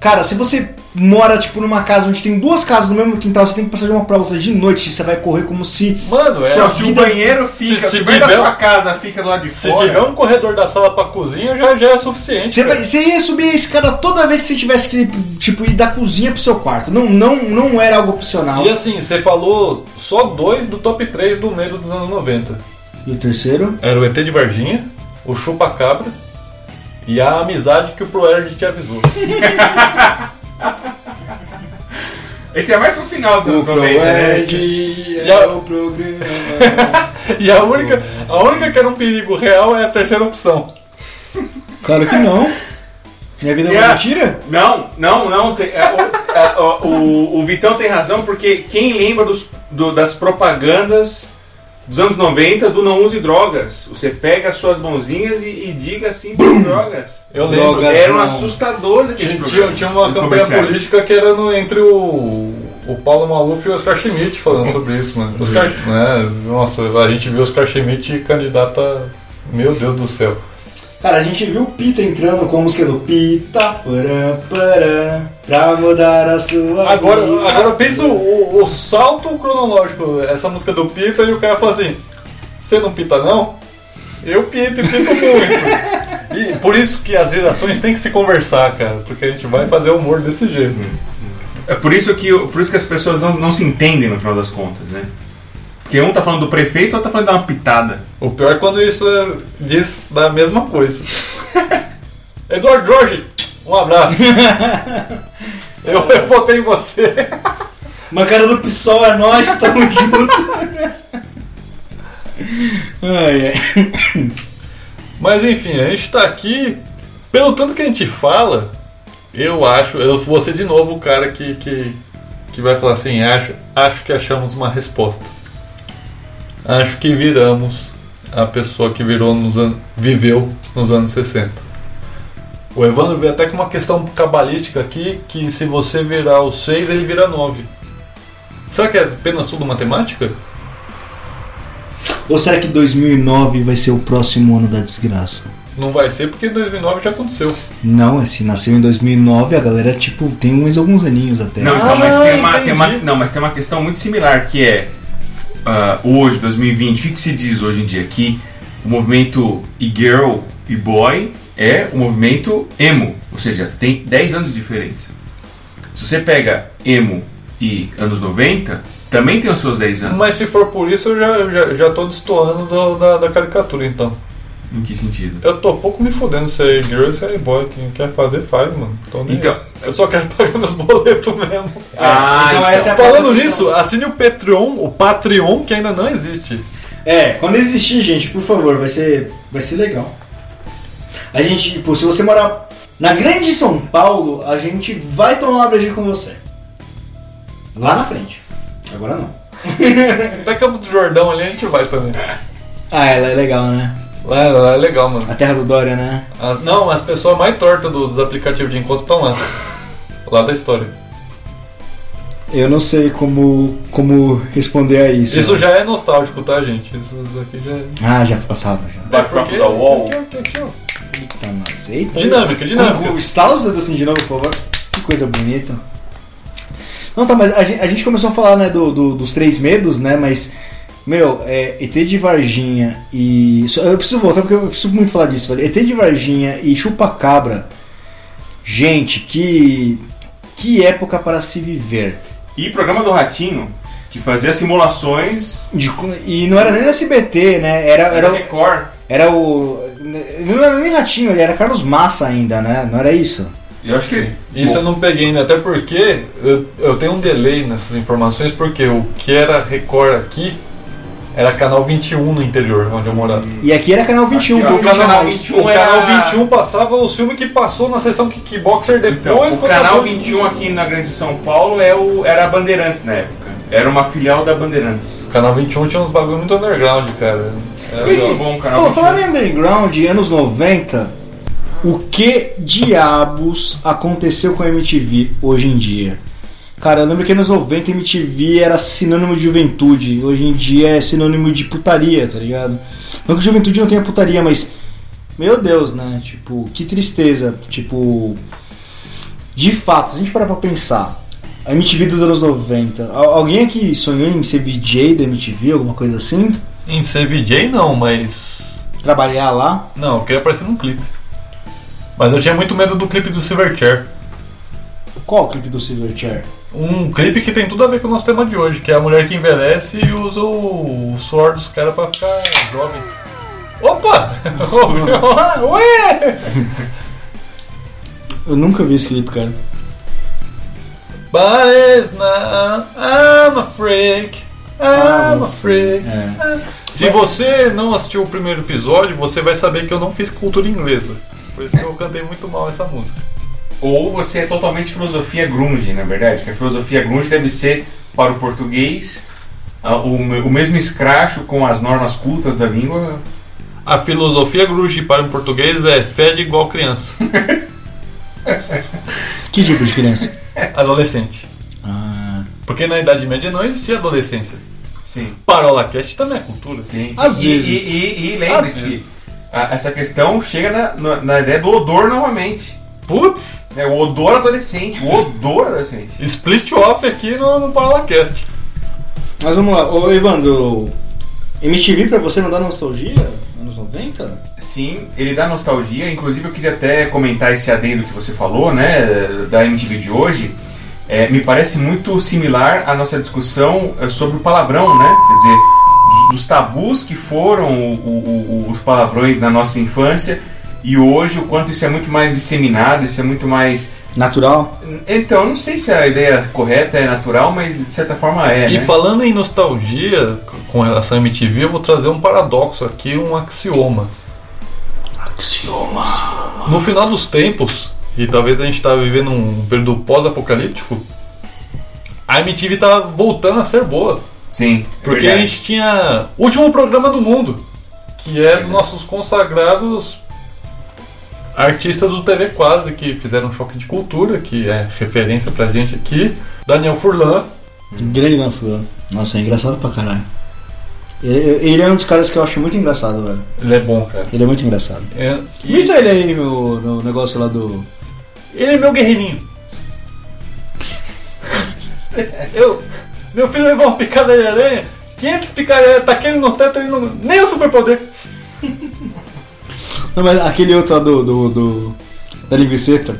S3: cara, se você mora tipo numa casa onde tem duas casas no mesmo quintal, você tem que passar de uma pra outra de noite, você vai correr como se
S4: Mano, é.
S2: Só se
S4: se
S2: o banheiro fica,
S4: se
S2: se, o banheiro
S4: tiver-
S2: da sua casa fica do lado de
S4: se
S2: fora.
S4: tiver um corredor da sala pra cozinha, já, já é suficiente.
S3: Você,
S4: cara.
S3: vai- você ia subir a escada toda vez que você tivesse que tipo ir da cozinha pro seu quarto. Não, não, não era algo opcional.
S4: E assim, você falou só dois do top 3 do medo dos anos 90.
S3: E o terceiro?
S4: Era o ET de Varginha, o Chupa-Cabra e a amizade que o ProErd te avisou.
S2: Esse é mais pro final dos anos 90, né? Esse-
S4: é
S3: o programa.
S4: E a única, a única que era um perigo real é a terceira opção.
S3: Claro que não. Minha vida é uma
S2: Yeah.
S3: mentira?
S2: Não, não, não. tem- é, o, é, o- o- o Vitão tem razão, porque quem lembra dos- do- das propagandas dos anos 90 do não use drogas? Você pega as suas mãozinhas e, e diga assim para drogas. um
S4: Eu
S3: Droga.
S4: lembro.
S2: Eram
S3: não.
S2: assustadores aqueles
S4: Tinha, tinha-
S2: programas.
S4: tinha uma
S2: E
S4: campanha
S2: comerciais.
S4: política que era no- entre o, o Paulo Maluf e o Oscar Schmidt falando sobre isso, mano. Oscar, né? Nossa, a gente viu o Oscar Schmidt candidata. Meu Deus do céu.
S3: Cara, a gente viu o Pita entrando com a música do Pita. Param, param, pra mudar a sua
S4: Agora,
S3: vida.
S4: agora pensa o, o salto cronológico, essa música do Pita, e o cara fala assim: Você não pita, não? Eu pito e pito muito. E por isso que as gerações têm que se conversar, cara, porque a gente vai fazer humor desse jeito.
S2: É por isso que, por isso que as pessoas não, não se entendem no final das contas, né? Porque um tá falando do prefeito, o outro tá falando de uma pitada.
S4: O pior é quando isso é- diz da mesma coisa. Eduardo Jorge, um abraço. Eu, eu votei em você.
S3: Uma cara do PSOL é nós, tamo junto. ai, ai.
S4: Mas enfim, a gente tá aqui. Pelo tanto que a gente fala, eu acho. Eu vou ser de novo o cara que, que, que vai falar assim: acho, acho que achamos uma resposta. Acho que viramos a pessoa que virou nos an- viveu nos anos 60. O Evandro veio até com uma questão cabalística aqui: que se você virar o 6, ele vira 9. Será que é apenas tudo matemática?
S3: Ou será que 2009 vai ser o próximo ano da desgraça?
S4: Não vai ser porque 2009 já aconteceu.
S3: Não, é se nasceu em 2009, a galera, tipo, tem uns alguns aninhos até.
S2: Não, então,
S4: Ah,
S2: mas, tem uma,
S4: entendi.
S2: tem uma- não, mas tem uma questão muito similar que é ah, hoje, 2020, o que, que se diz hoje em dia? Que o movimento e-girl e boy é o movimento emo, ou seja, tem 10 anos de diferença. Se você pega emo e anos 90, também tem os seus 10 anos.
S4: Mas se for por isso, eu já, já, já tô destoando do- da, da caricatura, então.
S2: Em que sentido?
S4: Eu tô pouco me fodendo se é girl ou se é boy. Quem quer fazer, faz, mano. Tô nem
S2: Então-
S4: aí. Eu só quero pagar meus boletos mesmo.
S2: Ah,
S3: então
S2: então.
S3: essa é a
S4: Falando
S3: questão.
S4: nisso, assine o Patreon, o Patreon que ainda não existe.
S3: É, quando existir, gente, por favor, vai ser, vai ser legal. A gente, tipo, se você morar na grande São Paulo, a gente vai tomar uma breja com você. Lá na frente. Agora não.
S4: Até Campo do Jordão ali a gente vai também.
S3: Ah, ela é legal, né?
S4: Lá, lá é legal, mano.
S3: A terra do Dória, né?
S4: Ah, não, as pessoas mais tortas do- dos aplicativos de encontro estão lá. Lá da história.
S3: Eu não sei como, como responder a isso.
S4: Isso já é nostálgico, tá, gente? Isso aqui já é.
S3: Ah, já foi passado já.
S4: É
S5: Backdrop da wall.
S3: Eita, nós. Tá, Eita.
S4: Dinâmica, dinâmica.
S3: Como- Estala os dedos assim de novo, por favor. Que coisa bonita. Não, tá, mas a gen- a gente, começou a falar, né, do, do- dos três medos, né, mas... Meu, é, ET de Varginha e... só- Eu preciso voltar porque eu preciso muito falar disso, velho. ET de Varginha e Chupacabra. Gente, que... Que época para se viver.
S2: E programa do Ratinho, que fazia simulações
S3: De co- e não era nem no SBT, né? Era,
S2: era
S3: era,
S2: Record.
S3: era o... Ele não era nem Ratinho, ele era Carlos Massa ainda, né? Não era isso?
S2: Eu acho que.
S4: Isso eu não peguei ainda, até porque eu, eu tenho um delay nessas informações, porque o que era Record aqui era canal 21 no interior, onde eu morava.
S3: E aqui era Canal 21,
S2: Aqui,
S3: que
S2: ó,
S3: eu
S2: o canal
S3: mais.
S2: 21.
S4: O canal
S2: era-
S4: 21 passava os filmes que passou na sessão Kickboxer
S2: Então,
S4: depois.
S2: o
S4: quando
S2: canal
S4: acabou-
S2: 21 aqui na Grande São Paulo é o, era a Bandeirantes na época. Era uma filial da Bandeirantes.
S4: O canal 21 tinha uns bagulho muito underground, cara. Era
S3: Ih,
S2: Muito um bom o canal
S3: Pô,
S2: 21.
S3: falando em underground, anos 90, o que diabos aconteceu com a MTV hoje em dia? Cara, eu lembro que anos 90 MTV era sinônimo de juventude, hoje em dia é sinônimo de putaria, tá ligado? Não que juventude não tenha putaria, mas. Meu Deus, né? Tipo, que tristeza. Tipo. De fato, se a gente parar pra pensar, a MTV dos anos 90. al- Alguém aqui sonhou em ser VJ da MTV, alguma coisa assim?
S4: Em ser VJ não, mas.
S3: Trabalhar lá?
S4: Não, eu queria aparecer num clipe. Mas eu tinha muito medo do clipe do Silverchair.
S3: Qual o clipe do Silverchair?
S4: Um clipe que tem tudo a ver com o nosso tema de hoje, que é a mulher que envelhece e usa o, o suor dos caras pra ficar jovem. Opa! Ouviu? Ué!
S3: Eu nunca vi esse clipe, cara.
S4: But it's not, I'm a freak. I'm a freak.
S3: É.
S4: Se você não assistiu o primeiro episódio, você vai saber que eu não fiz cultura inglesa. Por isso que eu cantei muito mal essa música.
S2: Ou você é totalmente filosofia grunge, na verdade. Que a filosofia grunge deve ser para o português a- o, me- o mesmo escracho com as normas cultas da língua.
S4: A filosofia grunge para um português é fede igual criança,
S3: Que tipo de criança?
S4: adolescente.
S3: Ah,
S4: Porque na Idade Média não existia adolescência.
S2: Sim.
S4: Parola cast também é cultura.
S2: sim, sim.
S3: Às
S2: e,
S3: vezes.
S2: E, e- e lembre-se, a- essa questão chega na, na- na ideia do odor novamente.
S4: Putz,
S2: né? o odor adolescente. O odor adolescente.
S4: split off aqui no, no Parola cast.
S3: Mas vamos lá, ô Evandro. MTV pra você não dá nostalgia? Anos 90?
S2: Sim, ele dá nostalgia. Inclusive, eu queria até comentar esse adendo que você falou, né, da MTV de hoje. É, me parece muito similar à nossa discussão é, sobre o palavrão, né? Quer dizer, dos, dos tabus que foram o- o- o- os palavrões na nossa infância e hoje o quanto isso é muito mais disseminado, isso é muito mais.
S3: Natural?
S2: Então, não sei se a ideia correta é natural, mas de certa forma é.
S4: E
S2: né?
S4: falando em nostalgia c- com relação à MTV, eu vou trazer um paradoxo aqui, um axioma.
S3: Axioma.
S4: No final dos tempos, e talvez a gente tá vivendo um período pós-apocalíptico, a MTV tá voltando a ser boa.
S2: Sim. é
S4: Porque a
S2: verdade.
S4: gente tinha o último programa do mundo, que é dos nossos consagrados artistas do TV Quase, que fizeram um choque de cultura, que é referência pra gente aqui. Daniel Furlan,
S3: Grande Ganfuan. Nossa, é engraçado pra caralho. Ele, ele é um dos caras que eu acho muito engraçado, velho.
S4: ele é bom, cara.
S3: Ele é muito engraçado.
S4: É, e-
S3: Imita ele aí no, no negócio lá do.
S4: Ele é meu guerreirinho. Eu, meu filho levou uma picada de aranha, 500 picadas, taquei ele no teto, ele não. Nem é o superpoder.
S3: Não, mas aquele outro lá do. do, do da linguiceta.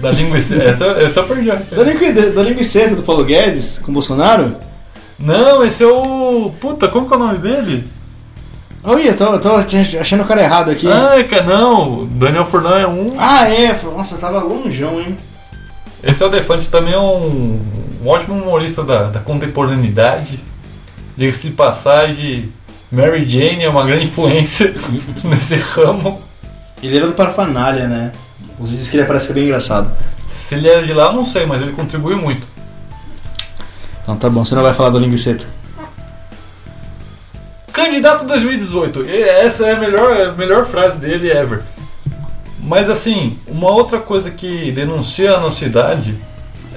S4: Da linguiça, essa, essa eu perdi. é.
S3: Da, lingui- da linguiceta do Paulo Guedes com o Bolsonaro?
S4: Não, esse é o. Puta, como que é o nome dele?
S3: Oi, eu tô, eu tô achando o cara errado aqui.
S4: Ai, cara, não, Daniel Furlan é um.
S3: Ah, é. f- Nossa, eu tava longeão, hein?
S4: Esse é o Defante também é um, um ótimo humorista da, da contemporaneidade. Diga-se de passagem, Mary Jane é uma grande influência nesse ramo.
S3: Ele era do Parafanália, né? Os vídeos que ele parece que é bem engraçado.
S4: Se ele era de lá, não sei, mas ele contribuiu muito.
S3: Então tá bom, você não vai falar da linguiceta.
S4: Candidato 2018. E Essa é a melhor, a melhor frase dele ever. Mas assim, uma outra coisa que denuncia a nossa idade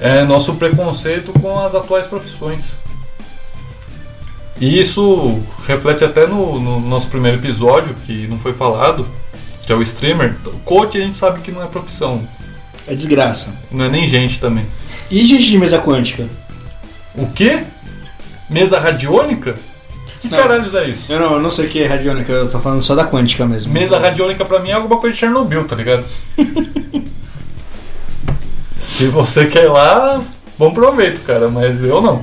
S4: é nosso preconceito com as atuais profissões. E isso reflete até no, no nosso primeiro episódio, que não foi falado, que é o streamer. Coach a gente sabe que não é profissão,
S3: É desgraça.
S4: não é nem gente também.
S3: E gente de mesa quântica?
S4: O quê? Mesa radiônica? Que
S3: Não.
S4: caralhos é isso?
S3: Eu não, eu não sei o que é radiônica, eu tô falando só da quântica mesmo.
S4: Mesa radiônica pra mim é alguma coisa de Chernobyl, tá ligado? Se você quer ir lá, bom proveito, cara, mas eu não.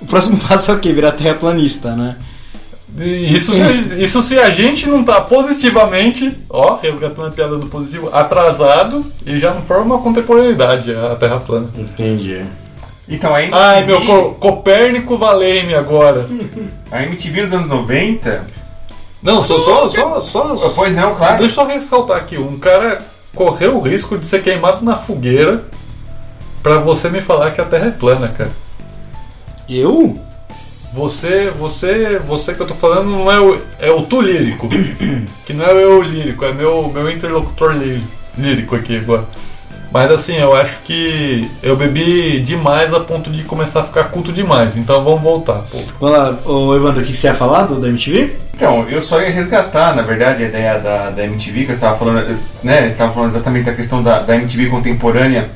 S3: O próximo passo é o quê? Virar terraplanista, né?
S4: E Isso se, isso se a gente não tá positivamente, ó, resgatando a piada do positivo, atrasado e já não for uma contemporaneidade a Terra plana.
S3: Entendi.
S2: Então, a MTV,
S4: Ai, meu co Copérnico valei-me agora.
S2: a MTV nos anos 90.
S4: Não, só, só, só, só, só
S2: Pois não,
S4: Ah,
S2: claro.
S4: Deixa eu só ressaltar aqui, um cara correu o risco de ser queimado na fogueira pra você me falar que a Terra é plana, cara.
S3: Eu?
S4: Você, você, você que eu tô falando não é o, é o tu lírico, que não é eu lírico, é meu, meu interlocutor lí- lírico aqui agora. Mas assim, eu acho que eu bebi demais a ponto de começar a ficar culto demais, então vamos voltar, pô.
S2: Hum.
S3: Vamos lá, ô Evandro, o que você ia falar do da MTV?
S2: Então, eu só ia resgatar, na verdade, a ideia da, da MTV, que eu estava falando, eu, né, eu estava falando exatamente da questão da, da MTV contemporânea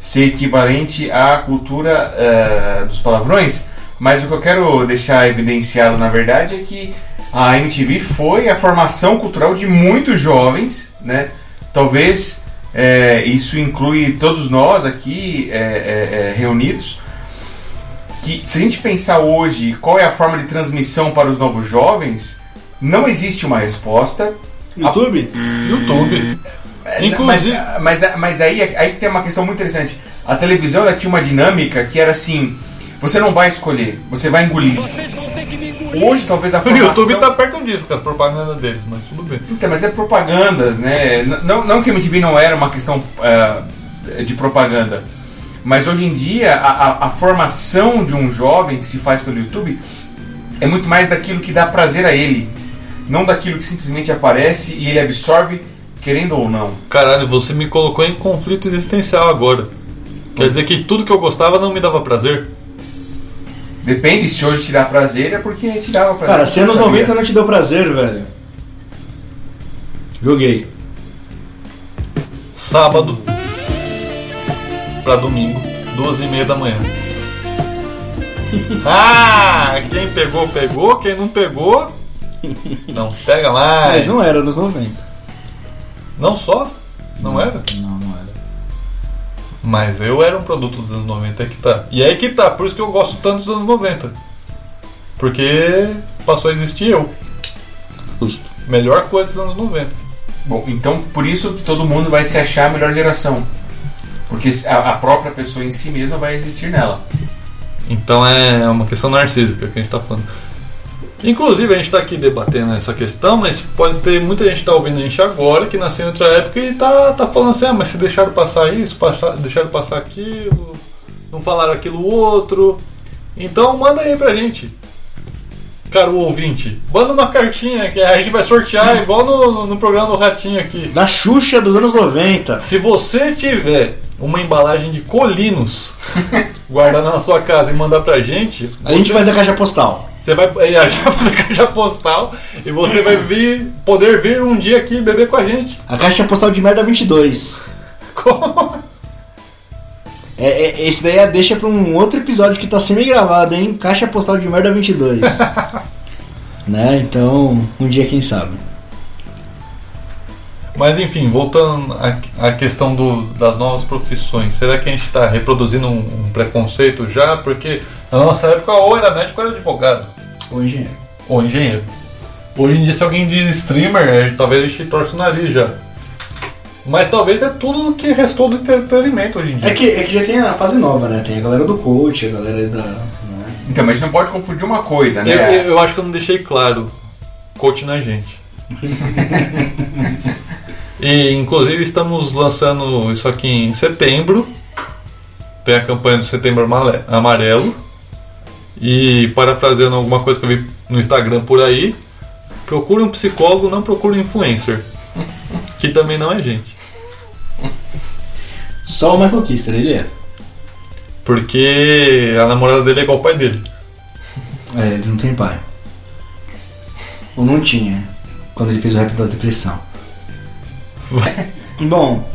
S2: ser equivalente à cultura eh, dos palavrões, mas o que eu quero deixar evidenciado, na verdade, é que a MTV foi a formação cultural de muitos jovens, né, talvez eh, isso inclui todos nós aqui eh, eh, eh, reunidos, que se a gente pensar hoje qual é a forma de transmissão para os novos jovens, não existe uma resposta.
S3: YouTube?
S4: YouTube.
S2: É,
S4: Inclusive-
S2: Mas, mas, mas aí, é, aí que tem uma questão muito interessante. A televisão ela tinha uma dinâmica que era assim: você não vai escolher, você vai engolir. Hoje talvez a
S4: O
S2: formação...
S4: YouTube tá perto disso com as propagandas deles, mas tudo bem.
S2: Então, mas é propagandas, né? N- Não, não que a MTV não era uma questão eh, de propaganda, mas hoje em dia a, a- a formação de um jovem que se faz pelo YouTube é muito mais daquilo que dá prazer a ele, não daquilo que simplesmente aparece e ele absorve, querendo ou não.
S4: Caralho, você me colocou em conflito existencial agora.
S2: Hum.
S4: Quer dizer que tudo que eu gostava não me dava prazer?
S2: Depende se hoje te dá prazer, é porque te dava prazer.
S3: Cara, se é anos
S2: Sabia?
S3: 90 não te deu prazer, velho. Joguei.
S4: Sábado pra domingo, duas e meia da manhã. Ah, quem pegou, pegou, quem não pegou, não pega
S3: Mas
S4: mais.
S3: não era nos 90.
S4: Não só? Não era?
S3: Não, não era.
S4: Mas eu era um produto dos anos 90, é que tá. E aí que tá, por isso que eu gosto tanto dos anos 90. Porque passou a existir eu.
S3: Justo.
S4: Melhor coisa dos anos 90.
S2: Bom, então por isso que todo mundo vai se achar a melhor geração. Porque a- a própria pessoa em si mesma vai existir nela.
S4: Então é uma questão narcísica que a gente tá falando. Inclusive, a gente tá aqui debatendo essa questão, mas pode ter muita gente que tá ouvindo a gente agora, que nasceu em outra época e tá, tá falando assim, ah, mas se deixaram passar isso, passar- deixaram passar aquilo, não falaram aquilo outro. Então manda aí pra gente. Caro ouvinte, manda uma cartinha que a gente vai sortear igual no, no programa do Ratinho aqui.
S3: Da Xuxa dos anos 90.
S4: Se você tiver uma embalagem de colinos guardada na sua casa e mandar pra gente,
S3: A gente faz a caixa postal.
S4: você vai viajar pra caixa postal e você vai vir, poder vir um dia aqui beber com a gente.
S3: A caixa postal de merda 22.
S4: Como?
S3: É, é, esse daí é deixa pra um outro episódio que tá semi-gravado, hein? Caixa postal de merda 22. né? Então, um dia quem sabe.
S4: Mas enfim, voltando à- à questão do- das novas profissões, será que a gente está reproduzindo um, um preconceito já? Porque na nossa época ou era médico ou era advogado,
S3: Ou engenheiro.
S4: ou engenheiro. Hoje em dia, se alguém diz streamer, é, talvez a gente torce o nariz já. Mas talvez é tudo o que restou do entretenimento hoje em dia.
S3: É que, é que já tem a fase nova, né? Tem a galera do coach, a galera da. né?
S2: Então, mas a gente não pode confundir uma coisa, né?
S4: Eu, eu- eu acho que eu não deixei claro. Coach na gente. e inclusive estamos lançando isso aqui em setembro. Tem a campanha do Setembro Amale- Amarelo. E parafraseando alguma coisa que eu vi no Instagram por aí, procure um psicólogo, não procure um influencer. Que também não é gente.
S3: Só o Michael Kister, ele é.
S4: Porque a namorada dele é igual o pai dele.
S3: É, ele não tem pai. Ou não tinha, quando ele fez o rap da depressão. Bom,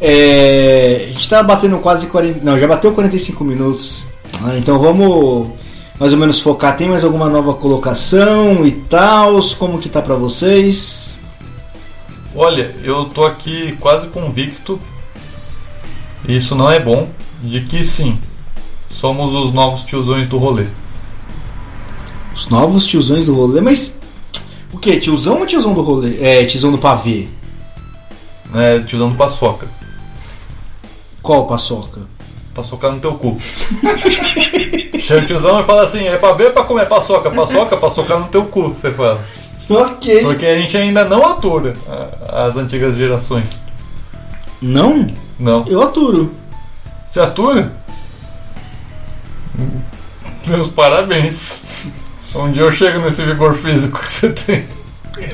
S3: é, a gente tá batendo quase 40. Não, já bateu 45 minutos. Ah, Então vamos mais ou menos focar. Tem mais alguma nova colocação e tal? Como que tá pra vocês?
S4: Olha, eu tô aqui quase convicto, e isso não é bom, de que sim, somos os novos tiozões do rolê.
S3: Os novos tiozões do rolê, mas. O que? Tiozão ou tiozão do rolê? É, tiozão do pavê.
S4: É, tiozão do paçoca.
S3: Qual paçoca?
S4: Paçoca no teu cu. Chega o tiozão e fala assim, é pra ver ou pra comer paçoca, paçoca, paçoca no teu cu, você fala.
S3: Ok.
S4: Porque a gente ainda não atura a- as antigas gerações.
S3: Não?
S4: Não.
S3: Eu aturo.
S4: Você atura? Meus parabéns. Um dia eu chego nesse vigor físico que você tem.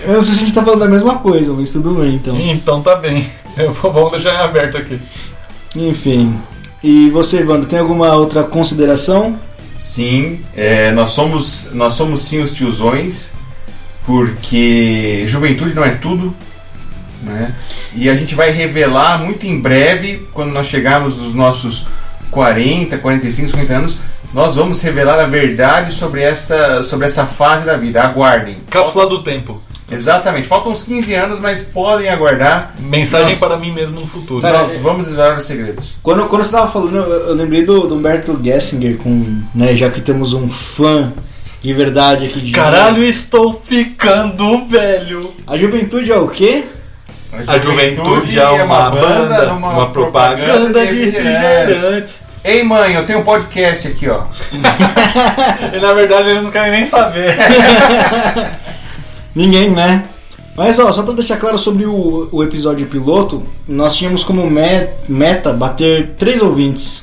S3: Eu não sei se a gente tá falando da mesma coisa, mas tudo bem então.
S4: Então tá bem. Eu vou- vamos deixar em aberto aqui.
S3: Enfim. E você, Evandro, tem alguma outra consideração?
S2: Sim, é, nós, somos, nós somos sim os tiozões, porque juventude não é tudo, né? E a gente vai revelar muito em breve, quando nós chegarmos nos nossos 40, 45, 50 anos, nós vamos revelar a verdade sobre essa, sobre essa fase da vida. Aguardem.
S4: Cápsula do tempo.
S2: Exatamente, faltam uns 15 anos, mas podem aguardar.
S4: Mensagem
S2: Nossa.
S4: para mim mesmo no futuro.
S3: Cara,
S2: nós
S3: é-
S2: vamos desvelar os segredos.
S3: Quando, quando você tava falando, eu, eu lembrei do, do Humberto Gessinger, com, né, já que temos um fã de verdade aqui de
S4: Caralho, estou ficando velho.
S3: A juventude é o quê?
S4: A juventude é uma banda, uma propaganda de refrigerante.
S2: Ei mãe, eu tenho um podcast aqui, ó.
S4: E na verdade eles não querem nem saber.
S3: Ninguém, né? Mas ó, só pra deixar claro sobre o, o episódio piloto, nós tínhamos como me- meta bater três ouvintes.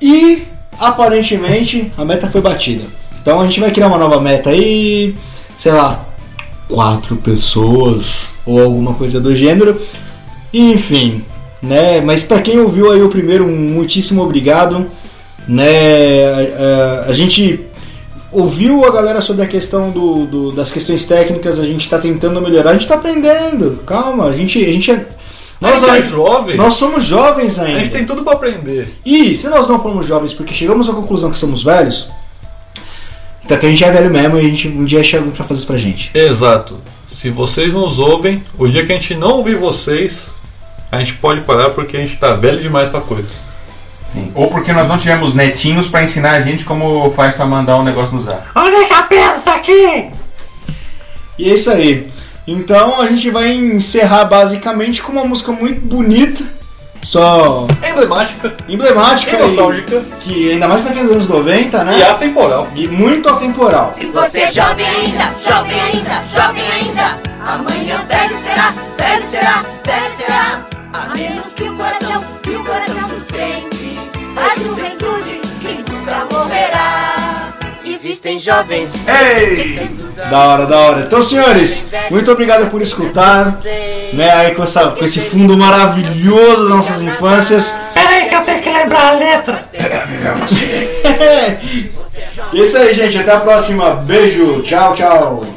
S3: E aparentemente a meta foi batida. Então a gente vai criar uma nova meta aí, sei lá, quatro pessoas ou alguma coisa do gênero. Enfim, né? Mas pra quem ouviu aí o primeiro, um muitíssimo obrigado, né? A- a- a gente ouviu a galera sobre a questão do, do- das questões técnicas, a gente está tentando melhorar, a gente está aprendendo, calma, a gente, a gente é. Nós,
S4: a gente é
S3: ainda-
S4: jovem.
S3: nós somos jovens
S4: A
S3: ainda.
S4: gente tem tudo pra aprender.
S3: E se nós não formos jovens porque chegamos à conclusão que somos velhos, então que a gente é velho mesmo e a gente um dia chega alguém pra fazer isso pra gente.
S4: Exato. Se vocês nos ouvem, o dia que a gente não ouvir vocês, a gente pode parar porque a gente tá velho demais pra coisa.
S2: Sim. Ou porque nós não tivemos netinhos pra ensinar a gente como faz pra mandar um negócio no zap.
S3: E é isso aí. Então a gente vai encerrar basicamente com uma música muito bonita, só
S4: É Emblemática
S3: emblemática
S4: e É nostálgica
S3: e- que ainda mais pra quem é dos anos 90,
S4: e
S3: né?
S4: atemporal.
S3: E muito atemporal.
S5: E você é jovem ainda, jovem ainda, jovem ainda. Amanhã velho será, velho será, velho será. A menos que o coração, que o coração sustente. A juventude que nunca morrerá. Existem jovens.
S2: Ei!
S3: Da hora, da hora. Então, senhores, muito obrigado por escutar, né? Aí com, essa, com esse fundo maravilhoso das nossas infâncias. É isso aí, gente. Até a próxima. Beijo. Tchau, tchau.